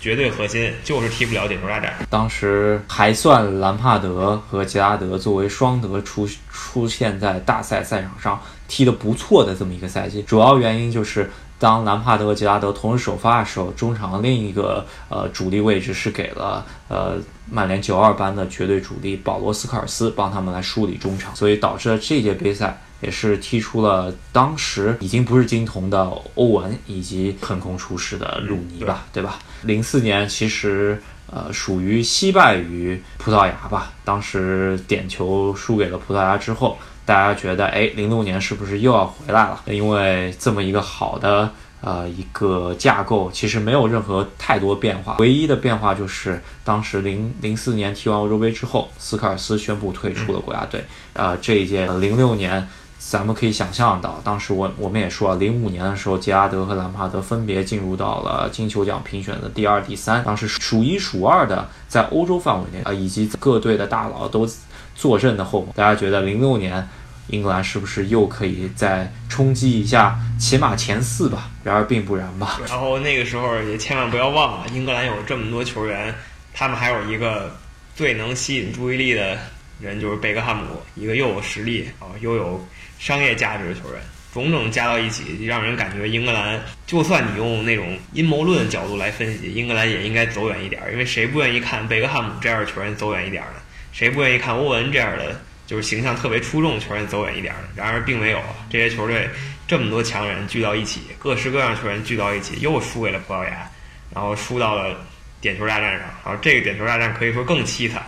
绝对核心，就是踢不了点球大战。
当时还算兰帕德和杰拉德作为双德出出现在大赛赛场上。踢得不错的这么一个赛季，主要原因就是当兰帕德和杰拉德同时首发的时候，中场另一个呃主力位置是给了呃曼联九二班的绝对主力保罗斯科尔斯帮他们来梳理中场，所以导致了这届杯赛也是踢出了当时已经不是金童的欧文以及横空出世的鲁尼吧，对吧？零四年其实。呃，属于惜败于葡萄牙吧。当时点球输给了葡萄牙之后，大家觉得，哎，零六年是不是又要回来了？因为这么一个好的呃一个架构，其实没有任何太多变化，唯一的变化就是当时零零四年踢完欧洲杯之后，斯科尔斯宣布退出了国家队。呃，这一届零六、呃、年。咱们可以想象到，当时我我们也说了，零五年的时候，杰拉德和兰帕德分别进入到了金球奖评选的第二、第三，当时数一数二的在欧洲范围内啊、呃，以及各队的大佬都坐镇的后防。大家觉得零六年英格兰是不是又可以再冲击一下，起码前四吧？然而并不然吧。
然后那个时候也千万不要忘了，英格兰有这么多球员，他们还有一个最能吸引注意力的人就是贝克汉姆，一个又有实力啊又有商业价值的球员，种种加到一起，让人感觉英格兰就算你用那种阴谋论的角度来分析，英格兰也应该走远一点儿，因为谁不愿意看贝克汉姆这样的球员走远一点儿呢？谁不愿意看欧文这样的就是形象特别出众的球员走远一点儿呢？然而并没有，啊这些球队这么多强人聚到一起，各式各样的球员聚到一起，又输给了葡萄牙，然后输到了点球大战上。然后这个点球大战可以说更凄惨，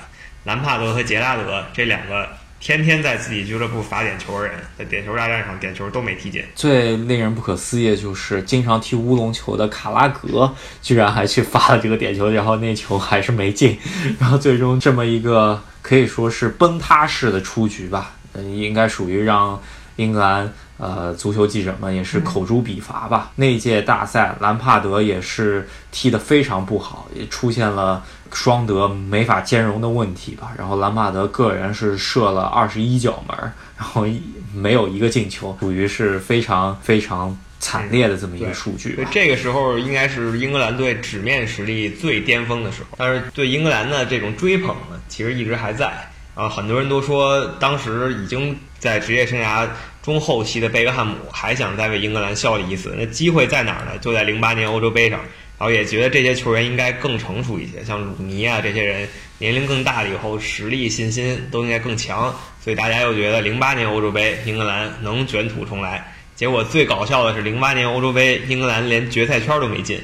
兰帕德和杰拉德这两个天天在自己俱乐部罚点球的人，在点球大战上点球都没踢进。
最令人不可思议的就是，经常踢乌龙球的卡拉格，居然还去发了这个点球，然后那球还是没进，然后最终这么一个可以说是崩塌式的出局吧，呃应该属于让英格兰呃足球记者们也是口诛笔伐吧。那届大赛，兰帕德也是踢得非常不好，也出现了双德没法兼容的问题吧。然后兰帕德个人是射了二十一脚门儿，然后一没有一个进球，属于是非常非常惨烈的这么一个数据
所以
吧。
这个时候应该是英格兰队纸面实力最巅峰的时候，但是对英格兰的这种追捧呢，其实一直还在。啊，很多人都说，当时已经在职业生涯中后期的贝克汉姆还想再为英格兰效力一次，那机会在哪儿呢？就在零八年欧洲杯上。然后也觉得这些球员应该更成熟一些，像鲁尼啊这些人年龄更大了以后，实力、信心都应该更强。所以大家又觉得零八年欧洲杯英格兰能卷土重来。结果最搞笑的是，零八年欧洲杯英格兰连决赛圈都没进，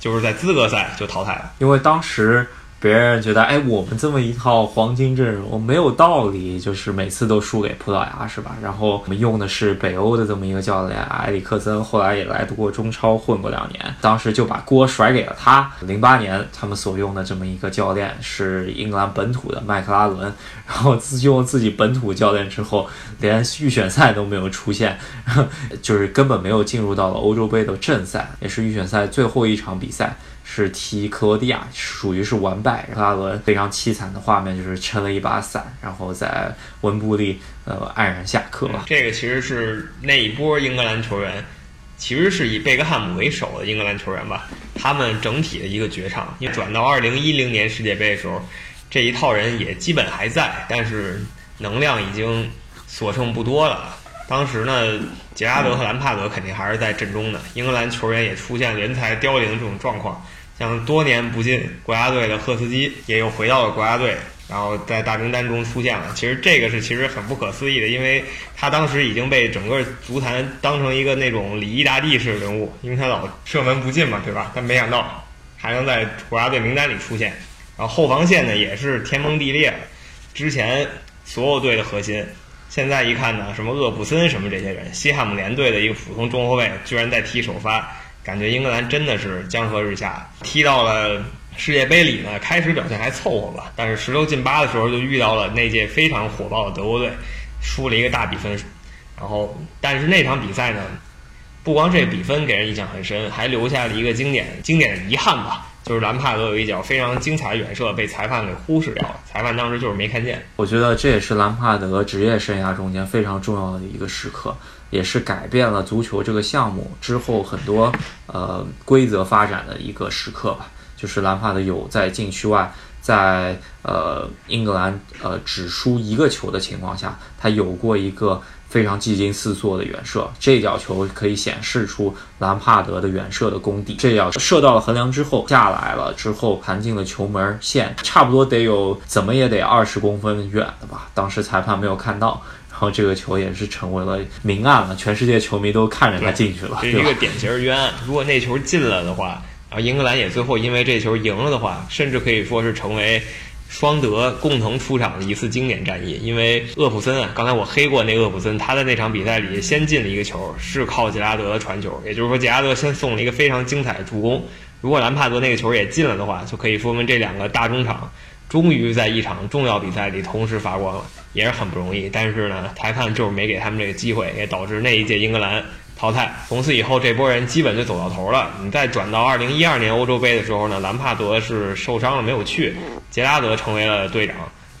就是在资格赛就淘汰了。
因为当时别人觉得，哎，我们这么一套黄金阵容没有道理，就是每次都输给葡萄牙，是吧？然后我们用的是北欧的这么一个教练埃里克森，后来也来过中超混过两年，当时就把锅甩给了他。零八年他们所用的这么一个教练是英格兰本土的麦克拉伦，然后自用自己本土教练之后，连预选赛都没有出现， [laughs] 就是根本没有进入到了欧洲杯的正赛，也是预选赛最后一场比赛。是踢克罗地亚，属于是完败。克拉伦非常凄惨的画面就是撑了一把伞，然后在温布利呃黯然下课吧。
这个其实是那一波英格兰球员，其实是以贝克汉姆为首的英格兰球员吧，他们整体的一个绝唱。因为转到二零一零年世界杯的时候，这一套人也基本还在，但是能量已经所剩不多了。当时呢，杰拉德和兰帕德肯定还是在阵中的，英格兰球员也出现人才凋零这种状况。像多年不进国家队的赫斯基也又回到了国家队，然后在大名单中出现了。其实这个是其实很不可思议的，因为他当时已经被整个足坛当成一个那种礼仪大帝式的人物，因为他老射门不进嘛，对吧？但没想到还能在国家队名单里出现。然后后防线呢也是天崩地裂，之前所有队的核心，现在一看呢，什么厄普森什么这些人，西汉姆联队的一个普通中后卫居然在踢首发，感觉英格兰真的是江河日下。踢到了世界杯里呢，开始表现还凑合吧，但是十六进八的时候就遇到了那届非常火爆的德国队，输了一个大比分。然后，但是那场比赛呢，不光这比分给人印象很深，还留下了一个经典经典的遗憾吧，就是兰帕德有一脚非常精彩的远射被裁判给忽视掉了，裁判当时就是没看见。
我觉得这也是兰帕德职业生涯中间非常重要的一个时刻，也是改变了足球这个项目之后很多呃规则发展的一个时刻吧。就是兰帕德有在禁区外，在呃英格兰呃只输一个球的情况下，他有过一个非常技惊四座的远射，这脚球可以显示出兰帕德的远射的功底。这脚射到了横梁之后下来了，之后弹进了球门线，差不多得有怎么也得二十公分远了吧？当时裁判没有看到，然后这个球也是成为了明暗了，全世界球迷都看着他进去了，
这
对
是一
吧
个？典型的冤案。如果那球进了的话，然后英格兰也最后因为这球赢了的话，甚至可以说是成为双德共同出场的一次经典战役。因为厄普森啊，刚才我黑过那厄普森，他在那场比赛里先进了一个球，是靠杰拉德的传球，也就是说杰拉德先送了一个非常精彩的助攻。如果兰帕德那个球也进了的话，就可以说明这两个大中场终于在一场重要比赛里同时发光了，也是很不容易。但是呢，裁判就是没给他们这个机会，也导致那一届英格兰淘汰。从此以后，这波人基本就走到头了。你再转到二零一二年欧洲杯的时候呢，兰帕德是受伤了没有去，杰拉德成为了队长。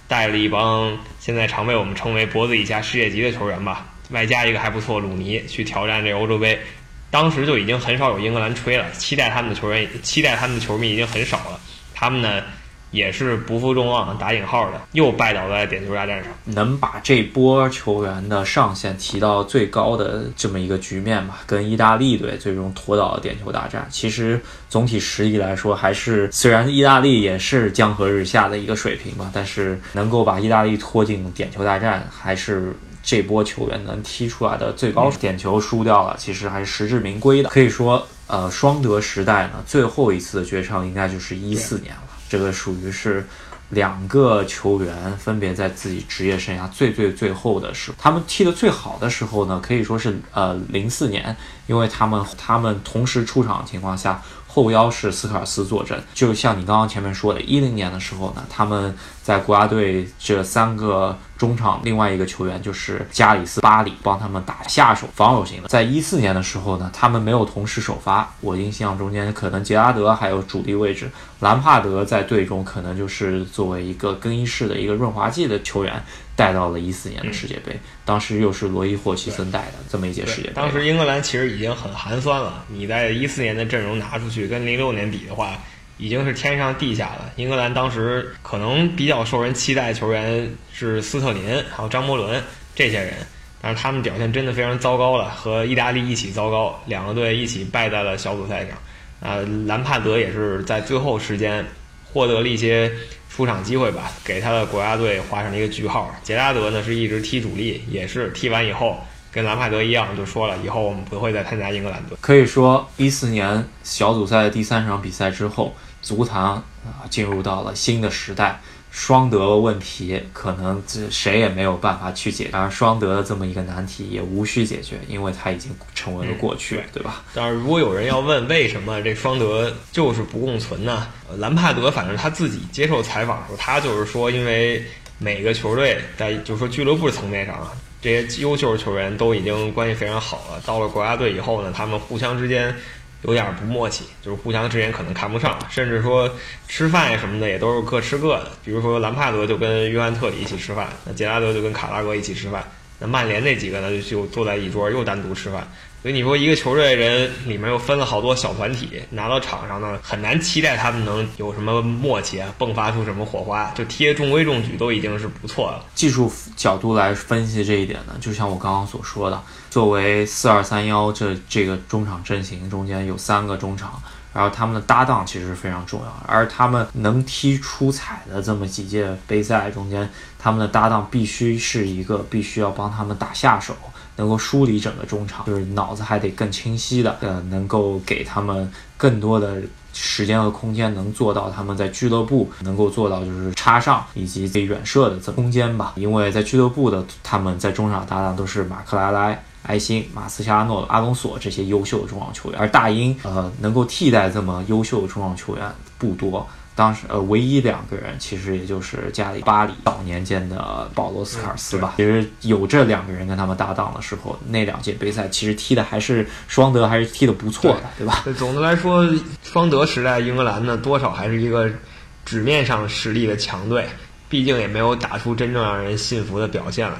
带了一帮现在常被我们称为脖子以下世界级的球员吧，外加一个还不错鲁尼去挑战这欧洲杯。当时就已经很少有英格兰吹了，期待他们的球员，期待他们的球迷已经很少了。他们呢，也是不负众望，打引号的，又拜倒在点球大战上。
能把这波球员的上限提到最高的这么一个局面吧，跟意大利队最终拖倒了点球大战。其实总体实力来说，还是虽然意大利也是江河日下的一个水平吧，但是能够把意大利拖进点球大战，还是这波球员能踢出来的最高点球输掉了，其实还是实至名归的。可以说，呃，双德时代呢，最后一次的绝唱应该就是一四年了，这个属于是。两个球员分别在自己职业生涯最最最后的时候，他们踢得最好的时候呢，可以说是呃零四年，因为他们他们同时出场的情况下，后腰是斯科尔斯坐镇。就像你刚刚前面说的，一零年的时候呢，他们在国家队这三个中场，另外一个球员就是加里斯巴里帮他们打下手防守型的。在一四年的时候呢，他们没有同时首发，我印象中间可能杰拉德还有主力位置，兰帕德在队中可能就是作为一个更衣室的一个润滑剂的球员带到了一四年的世界杯，当时又是罗伊霍奇森带的这么一届世界杯。
当时英格兰其实已经很寒酸了，你在一四年的阵容拿出去跟零六年比的话，已经是天上地下了。英格兰当时可能比较受人期待的球员是斯特林还有张伯伦这些人，但是他们表现真的非常糟糕了，和意大利一起糟糕，两个队一起败在了小组赛上。啊、兰帕德也是在最后时间获得了一些出场机会吧，给他的国家队画上了一个句号。杰拉德呢是一直踢主力，也是踢完以后跟兰帕德一样，就说了以后我们不会再参加英格兰队。
可以说，一四年小组赛的第三场比赛之后，足坛啊、进入到了新的时代。双德问题可能这谁也没有办法去解，当然双德的这么一个难题也无需解决，因为它已经成为了过去，对吧？
但是如果有人要问为什么这双德就是不共存呢？呃兰帕德反正他自己接受采访的时候，他就是说，因为每个球队在就是说俱乐部层面上啊，这些优秀球员都已经关系非常好了，到了国家队以后呢，他们互相之间。有点不默契，就是互相之间可能看不上，甚至说吃饭呀什么的也都是各吃各的。比如说兰帕德就跟约翰特里一起吃饭，那杰拉德就跟卡拉格一起吃饭，那曼联那几个呢就就坐在一桌又单独吃饭。所以你说一个球队人里面又分了好多小团体，拿到场上呢很难期待他们能有什么默契啊，迸发出什么火花，啊就踢得中规中矩都已经是不错了。
技术角度来分析这一点呢，就像我刚刚所说的，作为四二三幺这这个中场阵型中间有三个中场，然后他们的搭档其实非常重要，而他们能踢出彩的这么几届杯赛中间，他们的搭档必须是一个必须要帮他们打下手。能够梳理整个中场，就是脑子还得更清晰的，呃，能够给他们更多的时间和空间，能做到他们在俱乐部能够做到就是插上以及自己远射的这么空间吧。因为在俱乐部的他们在中场搭档都是马克莱莱。埃辛、马斯切拉诺、阿隆索这些优秀的中场球员，而大英呃能够替代这么优秀的中场球员不多。当时呃，唯一两个人其实也就是加里巴里早年间的保罗斯卡尔斯吧。其实有这两个人跟他们搭档的时候，那两届杯赛其实踢的还是双德还是踢的不错的，对吧？
对总的来说，双德时代英格兰呢，多少还是一个纸面上实力的强队，毕竟也没有打出真正让人信服的表现来。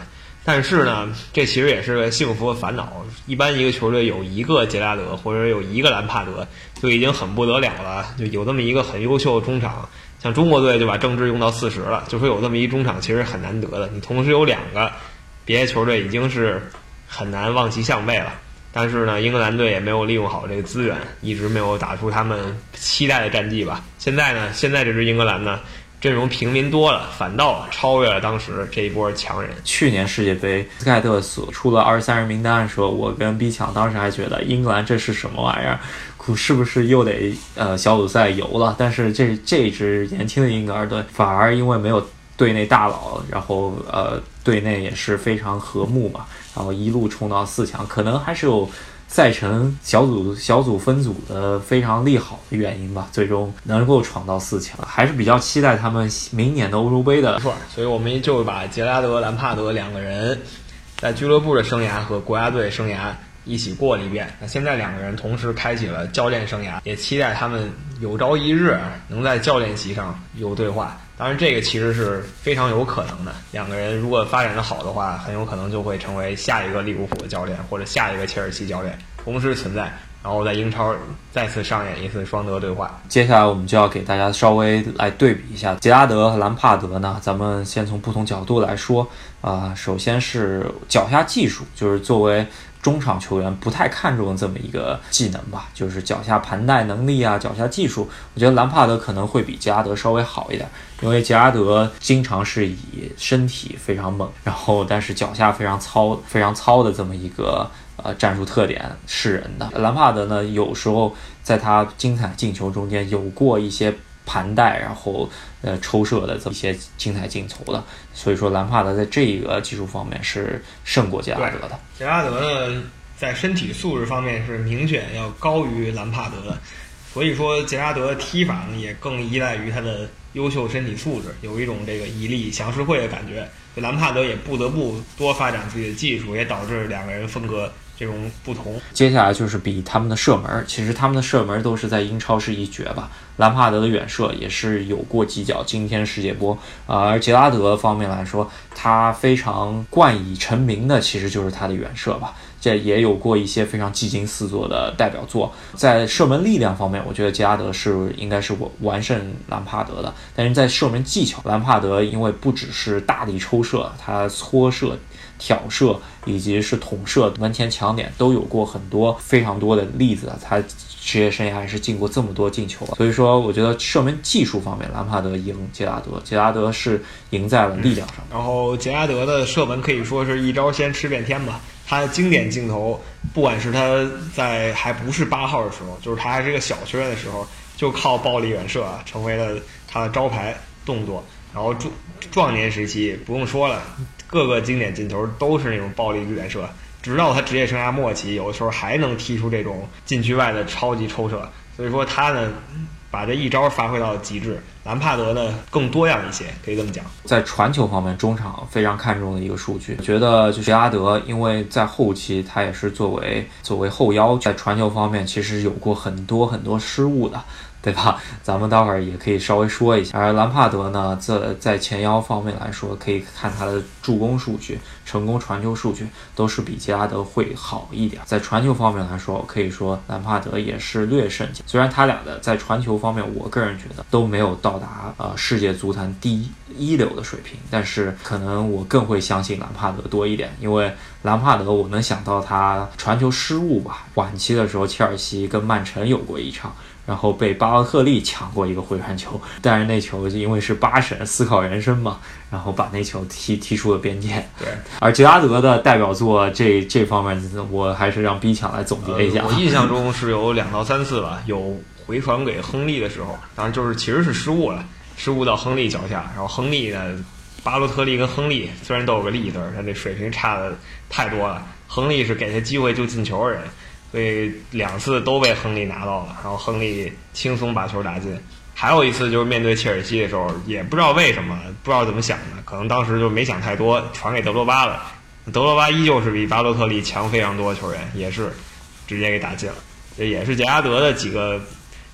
但是呢，这其实也是个幸福的烦恼。一般一个球队有一个杰拉德或者有一个兰帕德，就已经很不得了了。就有这么一个很优秀的中场，像中国队就把郑智用到四十了，就说有这么一中场其实很难得的。你同时有两个，别的球队已经是很难望其项背了。但是呢，英格兰队也没有利用好这个资源，一直没有打出他们期待的战绩吧。现在呢，现在这支英格兰呢，阵容平民多了，反倒超越了当时这一波强人。
去年世界杯，斯凯特所出了二十三人名单的时候，我跟 B 强当时还觉得英格兰这是什么玩意儿，苦是不是又得呃小组赛游了？但是这这支年轻的英格兰队反而因为没有队内大佬，然后呃队内也是非常和睦嘛，然后一路冲到四强，可能还是有。赛程小组小组分组的非常利好的原因吧，最终能够闯到四强，还是比较期待他们明年的欧洲杯的
没错，所以我们就把杰拉德、兰帕德两个人在俱乐部的生涯和国家队生涯一起过了一遍。那现在两个人同时开启了教练生涯，也期待他们有朝一日能在教练席上有对话。当然，这个其实是非常有可能的。两个人如果发展的好的话，很有可能就会成为下一个利物浦的教练或者下一个切尔西教练，同时存在，然后在英超再次上演一次双德对话。
接下来我们就要给大家稍微来对比一下杰拉德和兰帕德呢，咱们先从不同角度来说啊、首先是脚啊下技术，就是作为中场球员不太看重的这么一个技能吧，就是脚下盘带能力啊，脚下技术，我觉得兰帕德可能会比杰拉德稍微好一点，因为杰拉德经常是以身体非常猛，然后但是脚下非常糙、非常糙的这么一个呃战术特点是人的。兰帕德呢，有时候在他精彩进球中间有过一些盘带，然后呃抽射的这么一些精彩进球的，所以说兰帕德在这个技术方面是胜过杰拉德的。
杰拉德呢，在身体素质方面是明显要高于兰帕德的，所以说杰拉德的踢法呢也更依赖于他的优秀身体素质，有一种这个以力降世会的感觉。就兰帕德也不得不多发展自己的技术，也导致两个人风格这种不同。
接下来就是比他们的射门儿，其实他们的射门儿都是在英超是一绝吧。兰帕德的远射也是有过几脚惊天世界波啊、而杰拉德方面来说，他非常冠以成名的其实就是他的远射吧。这也有过一些非常技惊四座的代表作，在射门力量方面，我觉得杰拉德是应该是完完胜兰帕德的。但是在射门技巧，兰帕德因为不只是大力抽射，他搓射、挑射以及是捅射、门前抢点都有过很多非常多的例子啊。他职业生涯还是进过这么多进球啊，所以说我觉得射门技术方面，兰帕德赢杰拉德，杰拉德是赢在了力量上。
然后杰拉德的射门可以说是一招先吃遍天吧。他的经典镜头，不管是他在还不是八号的时候，就是他还是个小球员的时候，就靠暴力远射啊，成为了他的招牌动作。然后壮壮年时期不用说了，各个经典进球都是那种暴力远射，直到他职业生涯末期，有的时候还能踢出这种禁区外的超级抽射。所以说他呢，把这一招发挥到极致。兰帕德呢更多样一些，可以这么讲。
在传球方面，中场非常看重的一个数据，我觉得就是杰拉德，因为在后期他也是作为作为后腰，在传球方面其实有过很多很多失误的。对吧？咱们待会儿也可以稍微说一下。而兰帕德呢，在在前腰方面来说，可以看他的助攻数据、成功传球数据都是比杰拉德会好一点。在传球方面来说，可以说兰帕德也是略胜。虽然他俩的在传球方面，我个人觉得都没有到达呃世界足坛第一一流的水平，但是可能我更会相信兰帕德多一点，因为兰帕德我能想到他传球失误吧。晚期的时候，切尔西跟曼城有过一场。然后被巴洛特利抢过一个回传球，但是那球就因为是八神思考人生嘛，然后把那球踢 [laughs] 踢出了边界。
对，
而杰拉德的代表作这这方面，我还是让 B 强来总结一下。
呃我印象中是有两到三次吧，有回传给亨利的时候，当然就是其实是失误了，失误到亨利脚下，然后亨利呢，巴洛特利跟亨利虽然都有个利字儿，但这水平差的太多了。亨利是给他机会就进球的人，所以两次都被亨利拿到了，然后亨利轻松把球打进。还有一次就是面对切尔西的时候，也不知道为什么，不知道怎么想的，可能当时就没想太多，传给德罗巴了。德罗巴依旧是比巴洛特利强非常多的球员，也是直接给打进了。这也是杰拉德的几个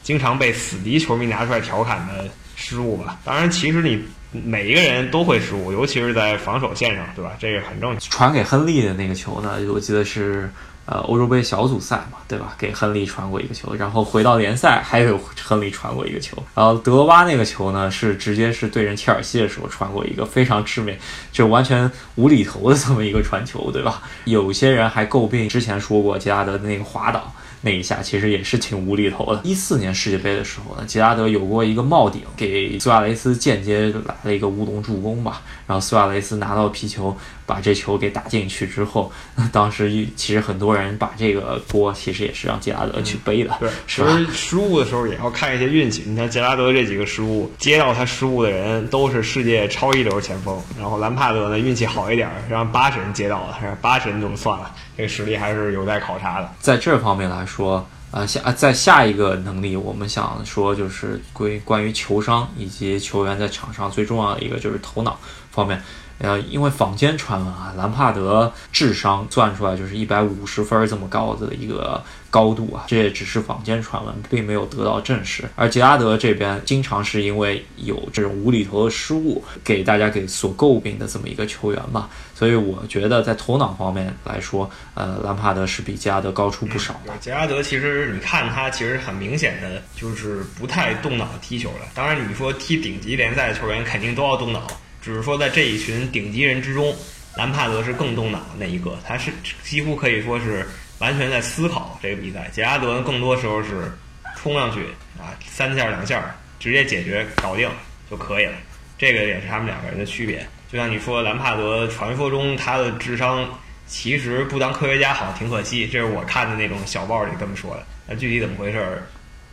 经常被死敌球迷拿出来调侃的失误吧。当然，其实你每一个人都会失误，尤其是在防守线上，对吧？这个很正常。
传给亨利的那个球呢，我记得是呃欧洲杯小组赛嘛，对吧？给亨利传过一个球，然后回到联赛还有亨利传过一个球，然后德罗巴那个球呢是直接是对人切尔西的时候传过一个非常致命，就完全无厘头的这么一个传球，对吧？有些人还诟病之前说过杰拉德的那个滑倒。那一下其实也是挺无厘头的。一四年世界杯的时候呢，杰拉德有过一个帽顶，给苏亚雷斯间接来了一个乌龙助攻吧。然后苏亚雷斯拿到皮球，把这球给打进去之后， [laughs] 当时其实很多人把这个锅其实也是让杰拉德去背的，
嗯对，
是
其
吧？
实失误的时候也要看一些运气。你看杰拉德这几个失误，接到他失误的人都是世界超一流前锋，然后兰帕德呢运气好一点，让八神接到了，让八神就算了，这个实力还是有待考察的。
在这方面来说，啊下啊在下一个能力，我们想说就是关于关于球商以及球员在场上最重要的一个就是头脑方面。呃，因为坊间传闻啊，兰帕德智商算出来就是一百五十分这么高的一个高度啊，这也只是坊间传闻，并没有得到证实。而杰拉德这边经常是因为有这种无厘头的失误，给大家给所诟病的这么一个球员吧。所以我觉得在头脑方面来说，呃，兰帕德是比杰拉德高出不少的。
杰拉德其实你看他其实很明显的就是不太动脑踢球了。当然，你说踢顶级联赛的球员肯定都要动脑，只是说在这一群顶级人之中，兰帕德是更动脑的那一个，他是几乎可以说是完全在思考这个比赛。杰拉德更多时候是冲上去啊，三下两下直接解决搞定就可以了。这个也是他们两个人的区别。就像你说，兰帕德传说中他的智商。其实不当科学家好像挺可惜，这是我看的那种小报里这么说的。那具体怎么回事儿，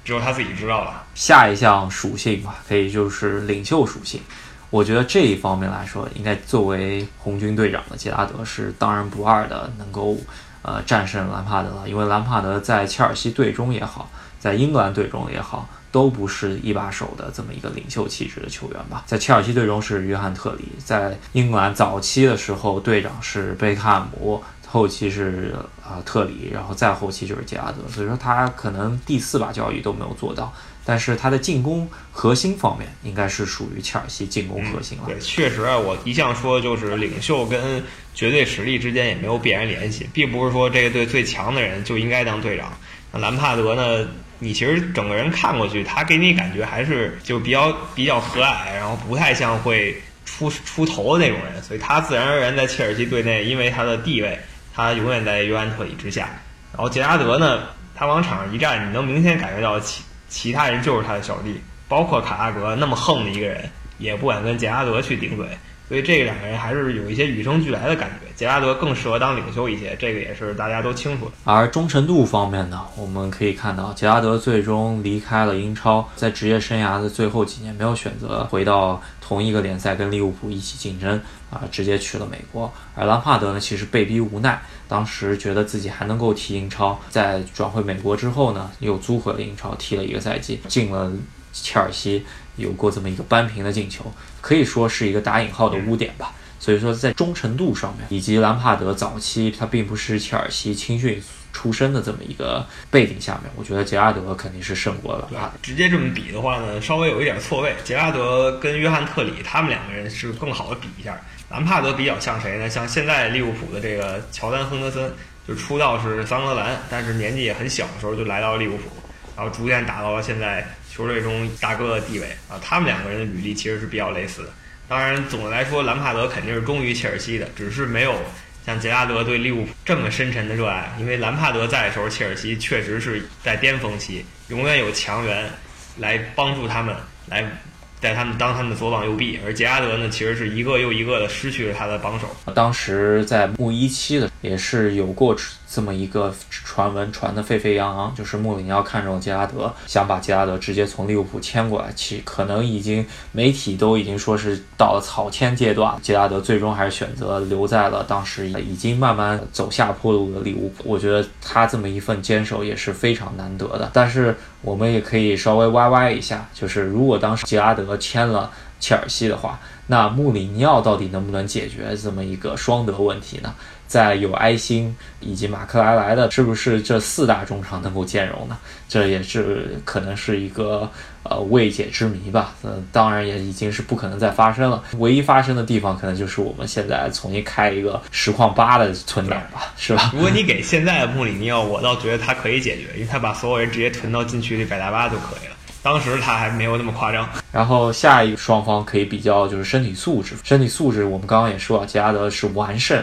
只有他自己知道了。
下一项属性吧，可以就是领袖属性。我觉得这一方面来说，应该作为红军队长的杰拉德是当仁不让的，能够呃战胜兰帕德了。因为兰帕德在切尔西队中也好，在英格兰队中也好，都不是一把手的这么一个领袖气质的球员吧。在切尔西队中是约翰特里，在英格兰早期的时候，队长是贝克汉姆。后期是啊、呃、特里，然后再后期就是杰拉德，所以说他可能第四把交易都没有做到，但是他的进攻核心方面应该是属于切尔西进攻核心了。
对，确实啊，我一向说就是领袖跟绝对实力之间也没有必然联系，并不是说这个队最强的人就应该当队长。那兰帕德呢，你其实整个人看过去，他给你感觉还是就比较比较和蔼，然后不太像会出出头的那种人，所以他自然而然在切尔西队内，因为他的地位。他永远在约安特里之下，然后杰拉德呢，他往场上一站，你能明显感觉到其其他人就是他的小弟，包括卡拉格那么横的一个人，也不敢跟杰拉德去顶嘴，所以这两个人还是有一些与生俱来的感觉。杰拉德更适合当领袖一些，这个也是大家都清楚的。
而忠诚度方面呢，我们可以看到，杰拉德最终离开了英超，在职业生涯的最后几年没有选择回到。同一个联赛跟利物浦一起竞争啊、呃，直接去了美国。而兰帕德呢，其实被逼无奈，当时觉得自己还能够踢英超，在转回美国之后呢，又租回了英超，踢了一个赛季，进了切尔西，有过这么一个扳平的进球，可以说是一个打引号的污点吧。所以说，在忠诚度上面，以及兰帕德早期他并不是切尔西青训。出身的这么一个背景下面，我觉得杰拉德肯定是胜过了帕德。
啊直接这么比的话呢，稍微有一点错位。杰拉德跟约翰特里他们两个人是更好的比一下。兰帕德比较像谁呢？像现在利物浦的这个乔丹·亨德森，就出道是桑格兰，但是年纪也很小的时候就来到利物浦，然后逐渐打到了现在球队中大哥的地位啊。他们两个人的履历其实是比较类似的。当然，总的来说，兰帕德肯定是忠于切尔西的，只是没有。像杰拉德对利物浦这么深沉的热爱，因为兰帕德在的时候，切尔西确实是在巅峰期，永远有强援来帮助他们，来带他们当他们的左膀右臂。而杰拉德呢，其实是一个又一个的失去了他的帮手。
当时在穆一期的也是有过这么一个传闻，传得沸沸扬扬，就是穆里尼奥看中杰拉德，想把杰拉德直接从利物浦签过来，其可能已经媒体都已经说是到了草签阶段，杰拉德最终还是选择留在了当时已经慢慢走下坡路的利物浦。我觉得他这么一份坚守也是非常难得的。但是我们也可以稍微歪歪一下，就是如果当时杰拉德签了切尔西的话，那穆里尼奥到底能不能解决这么一个双德问题呢？在有埃辛以及马克莱莱的，是不是这四大中场能够兼容呢？这也是可能是一个呃未解之谜吧。嗯、呃，当然也已经是不可能再发生了。唯一发生的地方，可能就是我们现在重新开一个实况八的存档吧，是吧？
如果你给现在的穆里尼奥，我倒觉得他可以解决，因为他把所有人直接囤到禁区里百大巴就可以了。当时他还没有那么夸张。
然后下一个双方可以比较就是身体素质，身体素质我们刚刚也说了，杰拉德是完胜。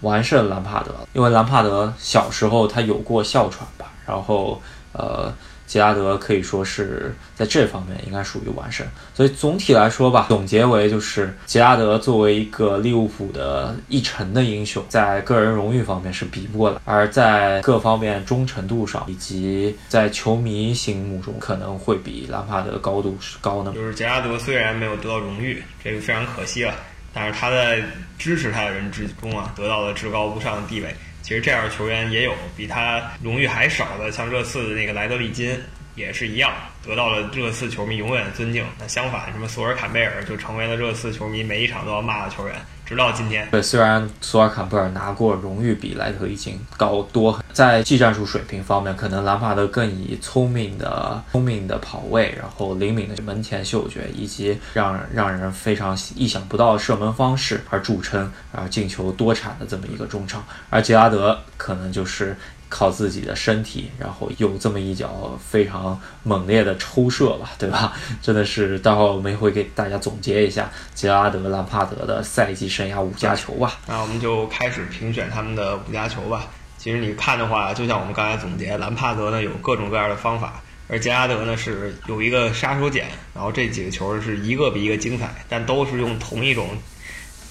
完胜兰帕德，因为兰帕德小时候他有过哮喘吧，然后呃，杰拉德可以说是在这方面应该属于完胜，所以总体来说吧，总结为就是杰拉德作为一个利物浦的一成的英雄，在个人荣誉方面是比不过来，而在各方面忠诚度上，以及在球迷心目中可能会比兰帕德高度是高呢。
就是杰拉德虽然没有得到荣誉，这个非常可惜了。啊但是他在支持他的人之中啊，得到了至高无上的地位。其实这样的球员也有，比他荣誉还少的，像热刺的那个莱德利金，也是一样，得到了热刺球迷永远的尊敬。那相反，什么索尔坎贝尔就成为了热刺球迷每一场都要骂的球员，直到今天。
对，虽然索尔坎贝尔拿过荣誉比莱特已经高多很，在技战术水平方面，可能兰帕德更以聪明的、聪明的跑位，然后灵敏的门前嗅觉，以及让让人非常意想不到的射门方式而著称，而进球多产的这么一个中场。而杰拉德可能就是靠自己的身体，然后有这么一脚非常猛烈的抽射吧，对吧？ [laughs] 真的是，待会儿我们会给大家总结一下杰拉德、兰帕德的赛季生涯五佳球吧。
那我们就开始评选他们的五佳球吧。其实你看的话，就像我们刚才总结，兰帕德呢有各种各样的方法，而杰拉德呢是有一个杀手锏，然后这几个球是一个比一个精彩，但都是用同一种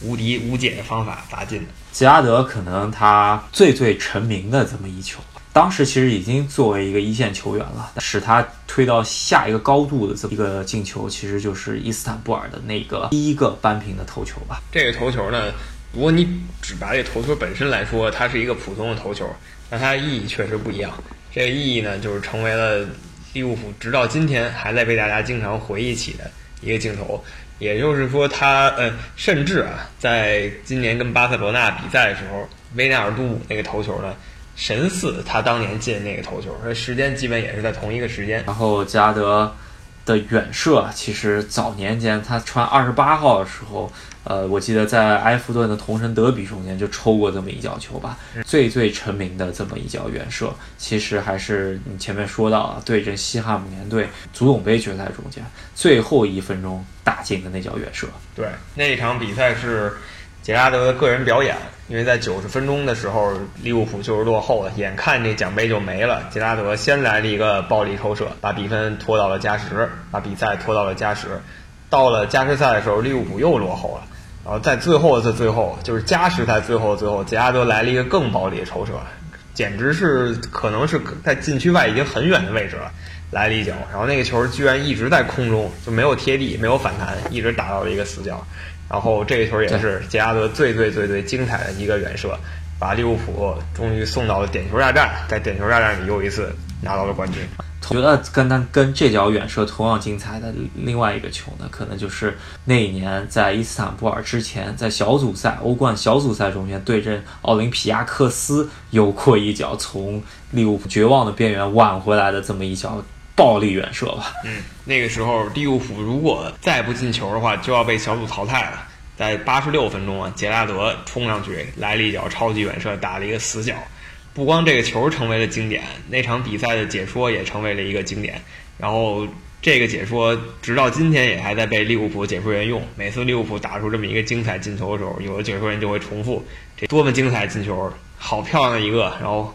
无敌无解的方法砸进的。
杰拉德可能他最最成名的这么一球，当时其实已经作为一个一线球员了，使他推到下一个高度的这么一个进球，其实就是伊斯坦布尔的那个第一个扳平的头球吧。
这个头球呢，如果你只把这个头球本身来说，它是一个普通的头球，但它的意义确实不一样。这个意义呢，就是成为了利物浦直到今天还在被大家经常回忆起的一个镜头。也就是说它，呃，甚至啊，在今年跟巴塞罗那比赛的时候，维纳尔杜姆那个头球呢，神似他当年进那个头球，这时间基本也是在同一个时间。
然后杰拉德的远射，其实早年间他穿二十八号的时候，呃，我记得在埃弗顿的同城德比中间就抽过这么一脚球吧，最最成名的这么一脚远射，其实还是你前面说到了，对阵西汉姆联队足总杯决赛中间最后一分钟打进的那脚远射。
对，那一场比赛是杰拉德的个人表演，因为在九十分钟的时候，利物浦就是落后了，眼看这奖杯就没了，杰拉德先来了一个暴力抽射，把比分拖到了加时，把比赛拖到了加时。到了加时赛的时候，利物浦又落后了，然后在最后的最后，就是加时赛最后的最后，杰拉德来了一个更暴力的抽射，简直是可能是在禁区外已经很远的位置了。来了一脚，然后那个球居然一直在空中，就没有贴地，没有反弹，一直打到了一个死角。然后这个球也是杰拉德最最最最精彩的一个远射，把利物浦终于送到了点球大战，在点球大战里又一次拿到了冠军。
我觉得跟他跟这脚远射同样精彩的另外一个球呢，可能就是那一年在伊斯坦布尔之前，在小组赛欧冠小组赛中间对阵奥林匹亚克斯有过一脚从利物浦绝望的边缘挽回来的这么一脚暴力远射吧。
嗯，那个时候利物浦如果再不进球的话，就要被小组淘汰了。在八十六分钟啊，杰拉德冲上去来了一脚超级远射，打了一个死角。不光这个球成为了经典，那场比赛的解说也成为了一个经典。然后这个解说直到今天也还在被利物浦解说员用。每次利物浦打出这么一个精彩进球的时候，有的解说员就会重复：“这多么精彩进球，好漂亮的一个！”然后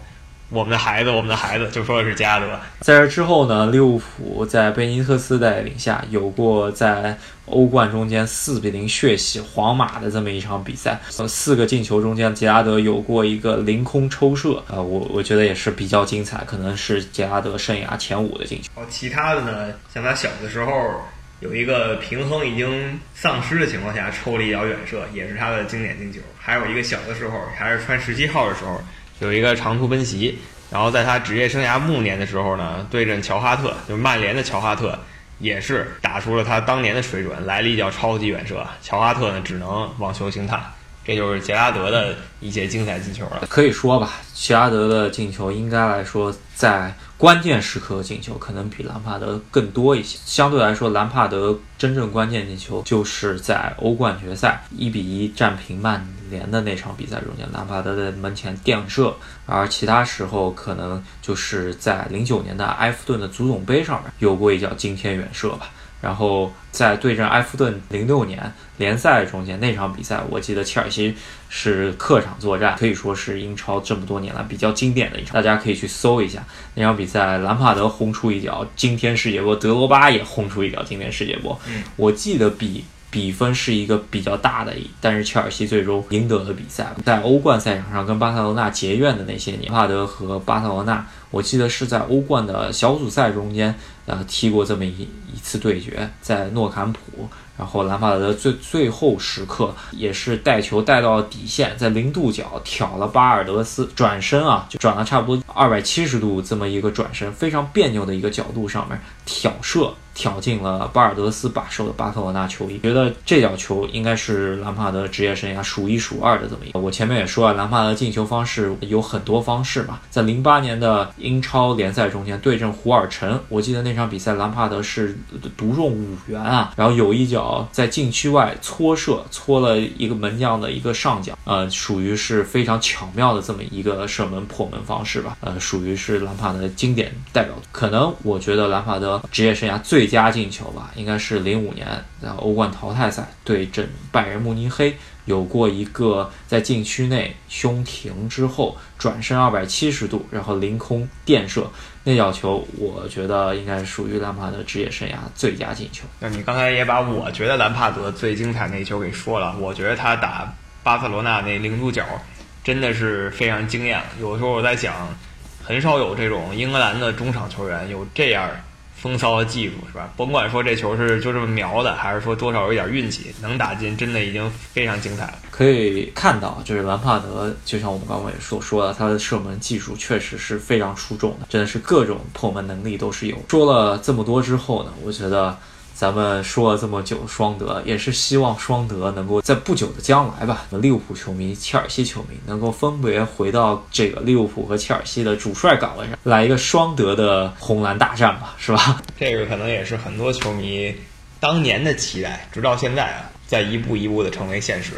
我们的孩子，我们的孩子就说的是杰拉德。
在这之后呢，利物浦在贝尼特斯带领下有过在欧冠中间四比零血洗皇马的这么一场比赛，呃，四个进球中间杰拉德有过一个凌空抽射，啊、我我觉得也是比较精彩，可能是杰拉德生涯前五的进球。
然后哦其他的呢，像他小的时候有一个平衡已经丧失的情况下抽了一脚远射，也是他的经典进球。还有一个小的时候，还是穿十七号的时候，有一个长途奔袭，然后在他职业生涯暮年的时候呢，对阵乔哈特，就是曼联的乔哈特，也是打出了他当年的水准，来了一脚超级远射，乔哈特呢只能望球兴叹。这就是杰拉德的一些精彩进球了。
可以说吧，齐拉德的进球应该来说在关键时刻进球可能比兰帕德更多一些。相对来说，兰帕德真正关键进球就是在欧冠决赛一比一战平曼联的那场比赛中间，兰帕德在门前垫射，而其他时候可能就是在零九年的埃弗顿的足总杯上面有过一脚惊天远射吧。然后在对阵埃弗顿零六年联赛中间那场比赛，我记得切尔西是客场作战，可以说是英超这么多年来比较经典的一场，大家可以去搜一下那场比赛，兰帕德轰出一脚惊天世界波，德罗巴也轰出一脚惊天世界波。我记得比比分是一个比较大的，但是切尔西最终赢得了比赛。在欧冠赛场上跟巴塞罗那结怨的那些年，帕德和巴塞罗那，我记得是在欧冠的小组赛中间，呃，踢过这么一一次对决，在诺坎普。然后兰帕德最最后时刻也是带球带到底线，在零度角挑了巴尔德斯转身啊，就转了差不多二百七十度这么一个转身，非常别扭的一个角度上面挑射挑进了巴尔德斯把守的巴塞罗那球衣。觉得这脚球应该是兰帕德职业生涯数一数二的这么一个。我前面也说了，啊兰帕德进球方式有很多方式嘛，在零八年的英超联赛中间对阵胡尔城，我记得那场比赛兰帕德是独中五元啊，然后有一脚在禁区外搓射，搓了一个门将的一个上角，呃，属于是非常巧妙的这么一个射门破门方式吧，呃，属于是兰帕德经典代表。可能我觉得兰帕德职业生涯最佳进球吧，应该是零五年在欧冠淘汰赛对阵拜仁慕尼黑。有过一个在禁区内胸停之后转身二百七十度，然后凌空垫射那脚球，我觉得应该属于兰帕德职业生涯最佳进球。
那你刚才也把我觉得兰帕德最精彩那一球给说了，我觉得他打巴塞罗那那零度角真的是非常惊艳。有的时候我在想，很少有这种英格兰的中场球员有这样风骚的技术，是吧？甭管说这球是就这么瞄的，还是说多少有一点运气，能打进真的已经非常精彩了。
可以看到，就是兰帕德，就像我们刚刚也所说的，他的射门技术确实是非常出众的，真的是各种破门能力都是有。说了这么多之后呢，我觉得。咱们说了这么久，双德也是希望双德能够在不久的将来吧，利物浦球迷、切尔西球迷能够分别回到这个利物浦和切尔西的主帅岗位上，来一个双德的红蓝大战吧，是吧？
这个可能也是很多球迷当年的期待，直到现在啊，在一步一步的成为现实。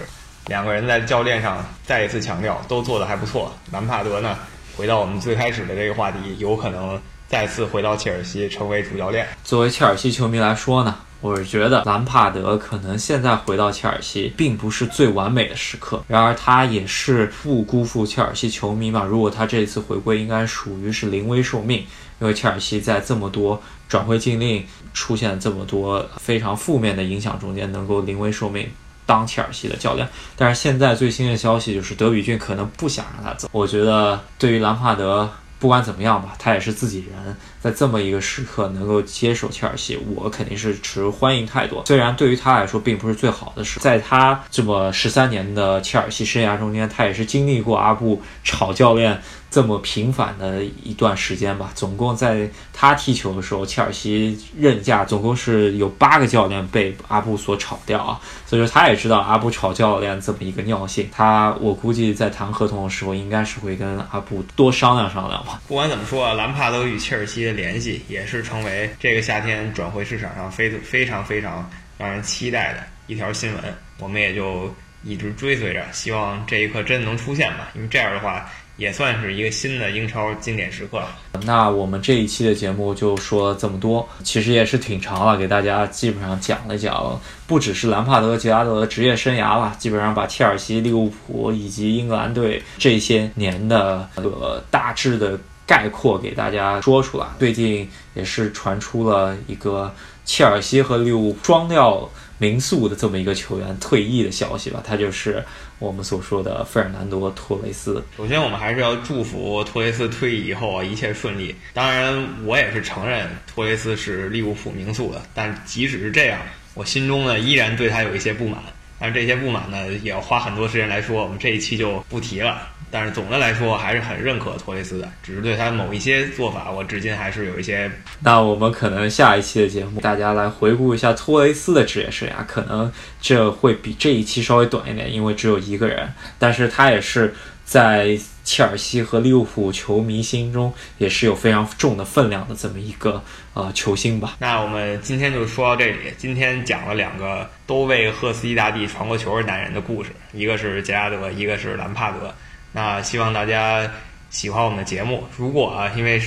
两个人在教练上再一次强调，都做得还不错。兰帕德呢，回到我们最开始的这个话题，有可能。再次回到切尔西，成为主教练。
作为切尔西球迷来说呢，我是觉得兰帕德可能现在回到切尔西，并不是最完美的时刻。然而他也是不辜负切尔西球迷嘛。如果他这次回归，应该属于是临危受命，因为切尔西在这么多转会禁令出现这么多非常负面的影响中间，能够临危受命。当切尔西的教练，但是现在最新的消息就是德比郡可能不想让他走。我觉得对于兰帕德。不管怎么样吧，他也是自己人，在这么一个时刻能够接手切尔西，我肯定是持欢迎态度。虽然对于他来说并不是最好的事，在他这么十三年的切尔西生涯中间，他也是经历过阿布炒教练这么频繁的一段时间吧。总共在他踢球的时候，切尔西任驾总共是有八个教练被阿布所炒掉啊，所以说他也知道阿布炒教练这么一个尿性。他我估计在谈合同的时候，应该是会跟阿布多商量商量。
不管怎么说，兰帕德与切尔西的联系也是成为这个夏天转会市场上非非常非常让人期待的一条新闻。我们也就一直追随着，希望这一刻真的能出现吧，因为这样的话也算是一个新的英超经典时刻。
那我们这一期的节目就说这么多，其实也是挺长了，给大家基本上讲了啊讲，不只是兰帕德、杰拉德的职业生涯了，基本上把切尔西、利物浦以及英格兰队这些年的呃大致的概括给大家说出来。最近也是传出了一个切尔西和利物浦双料名宿的这么一个球员退役的消息吧，他就是我们所说的费尔南多·托雷斯。
首先，我们还是要祝福托雷斯退役以后啊一切顺利。当然，我也是承认托雷斯是利物浦名宿的，但即使是这样，我心中呢依然对他有一些不满。但是这些不满呢，也要花很多时间来说，我们这一期就不提了。但是总的来说，还是很认可托雷斯的，只是对他某一些做法，我至今还是有一些。
那我们可能下一期的节目，大家来回顾一下托雷斯的职业生涯，可能这会比这一期稍微短一点，因为只有一个人，但是他也是在切尔西和利物浦球迷心中也是有非常重的分量的这么一个呃球星吧。
那我们今天就说到这里，今天讲了两个都为赫斯基大帝传过球的男人的故事，一个是杰拉德，一个是兰帕德。那希望大家喜欢我们的节目。如果啊，因为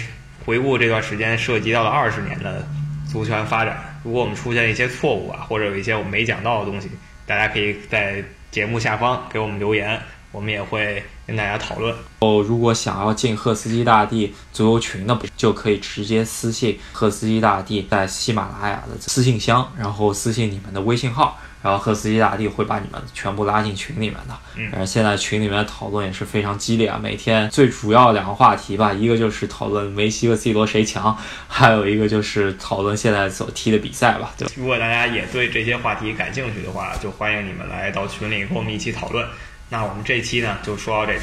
回顾这段时间涉及到了二十年的足球发展，如果我们出现一些错误啊，或者有一些我们没讲到的东西，大家可以在节目下方给我们留言，我们也会跟大家讨论。
哦，如果想要进赫斯基大帝足球群的，就可以直接私信赫斯基大帝在喜马拉雅的私信箱，然后私信你们的微信号。然后赫斯基大帝会把你们全部拉进群里面的。
嗯
但是现在群里面讨论也是非常激烈啊，每天最主要两个话题吧，一个就是讨论梅西和 C 罗谁强，还有一个就是讨论现在所踢的比赛吧，对吧？
如果大家也对这些话题感兴趣的话，就欢迎你们来到群里跟我们一起讨论。那我们这期呢就说到这里，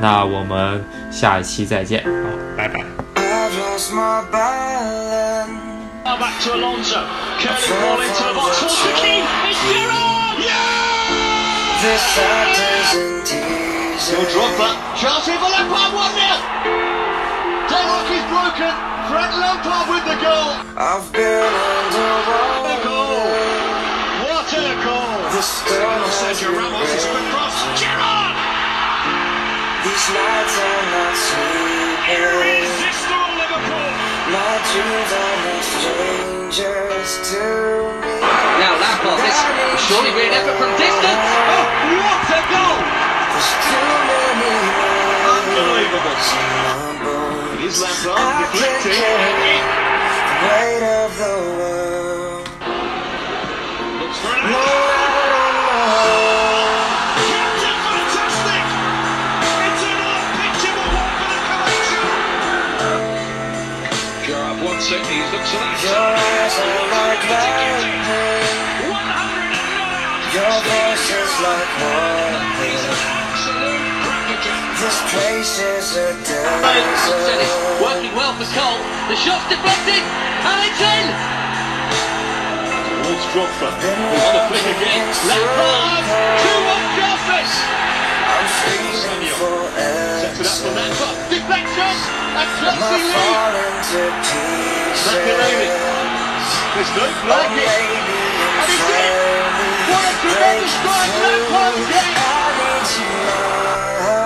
那我们下一期再见。
好，拜拜。
I've lost my balance.
Now back to Alonso. Curling ball into the box. Towards the key. It's Giroud! Yeah!
The factors and tears.
Still Drogba. Chelsea for Lampard 1 0. Deadlock is broken. Frank Lampard with the goal.
I've been
The
underwater.
goal. What a goal.
The storm
From
has
Sergio Ramos. It's a
been
good cross. Giroud!
These nights are not
Here
sleeping.
is this goal, Liverpool.
My dreams are no strangers to me.
Now Lampard, this surely be an effort from distance. Oh, what a goal!
There's too many ways
Unbelievable.
in my bones.
It is Lampard
I can't
deflecting.
carry the weight of the world.
Looks for an
No,
Oh,
I don't know.
Captain Fantastic! It's an unpitchable one for the collection! Gerard wants it, he looks at that.
Your eyes are like lightning.
109!
Your voice is like
He's
water.
an absolute crackerjack!
This place is a
Send it,
desert.
working well for Cole. The shot's deflected, and it's in.
Wolves
On a flick again.
Lampard, two on Chelsea.
I'm feeling for
Sets it up for
answers.
Lampard. Deflection! And
Am I
Chelsea lead!
falling to
Makelele.
pieces?
There's no
But
flag yet.
maybe
And
it's
it's in.
finally
What a tremendous strike,
breakthrough.
Lampard's in.
I need you now.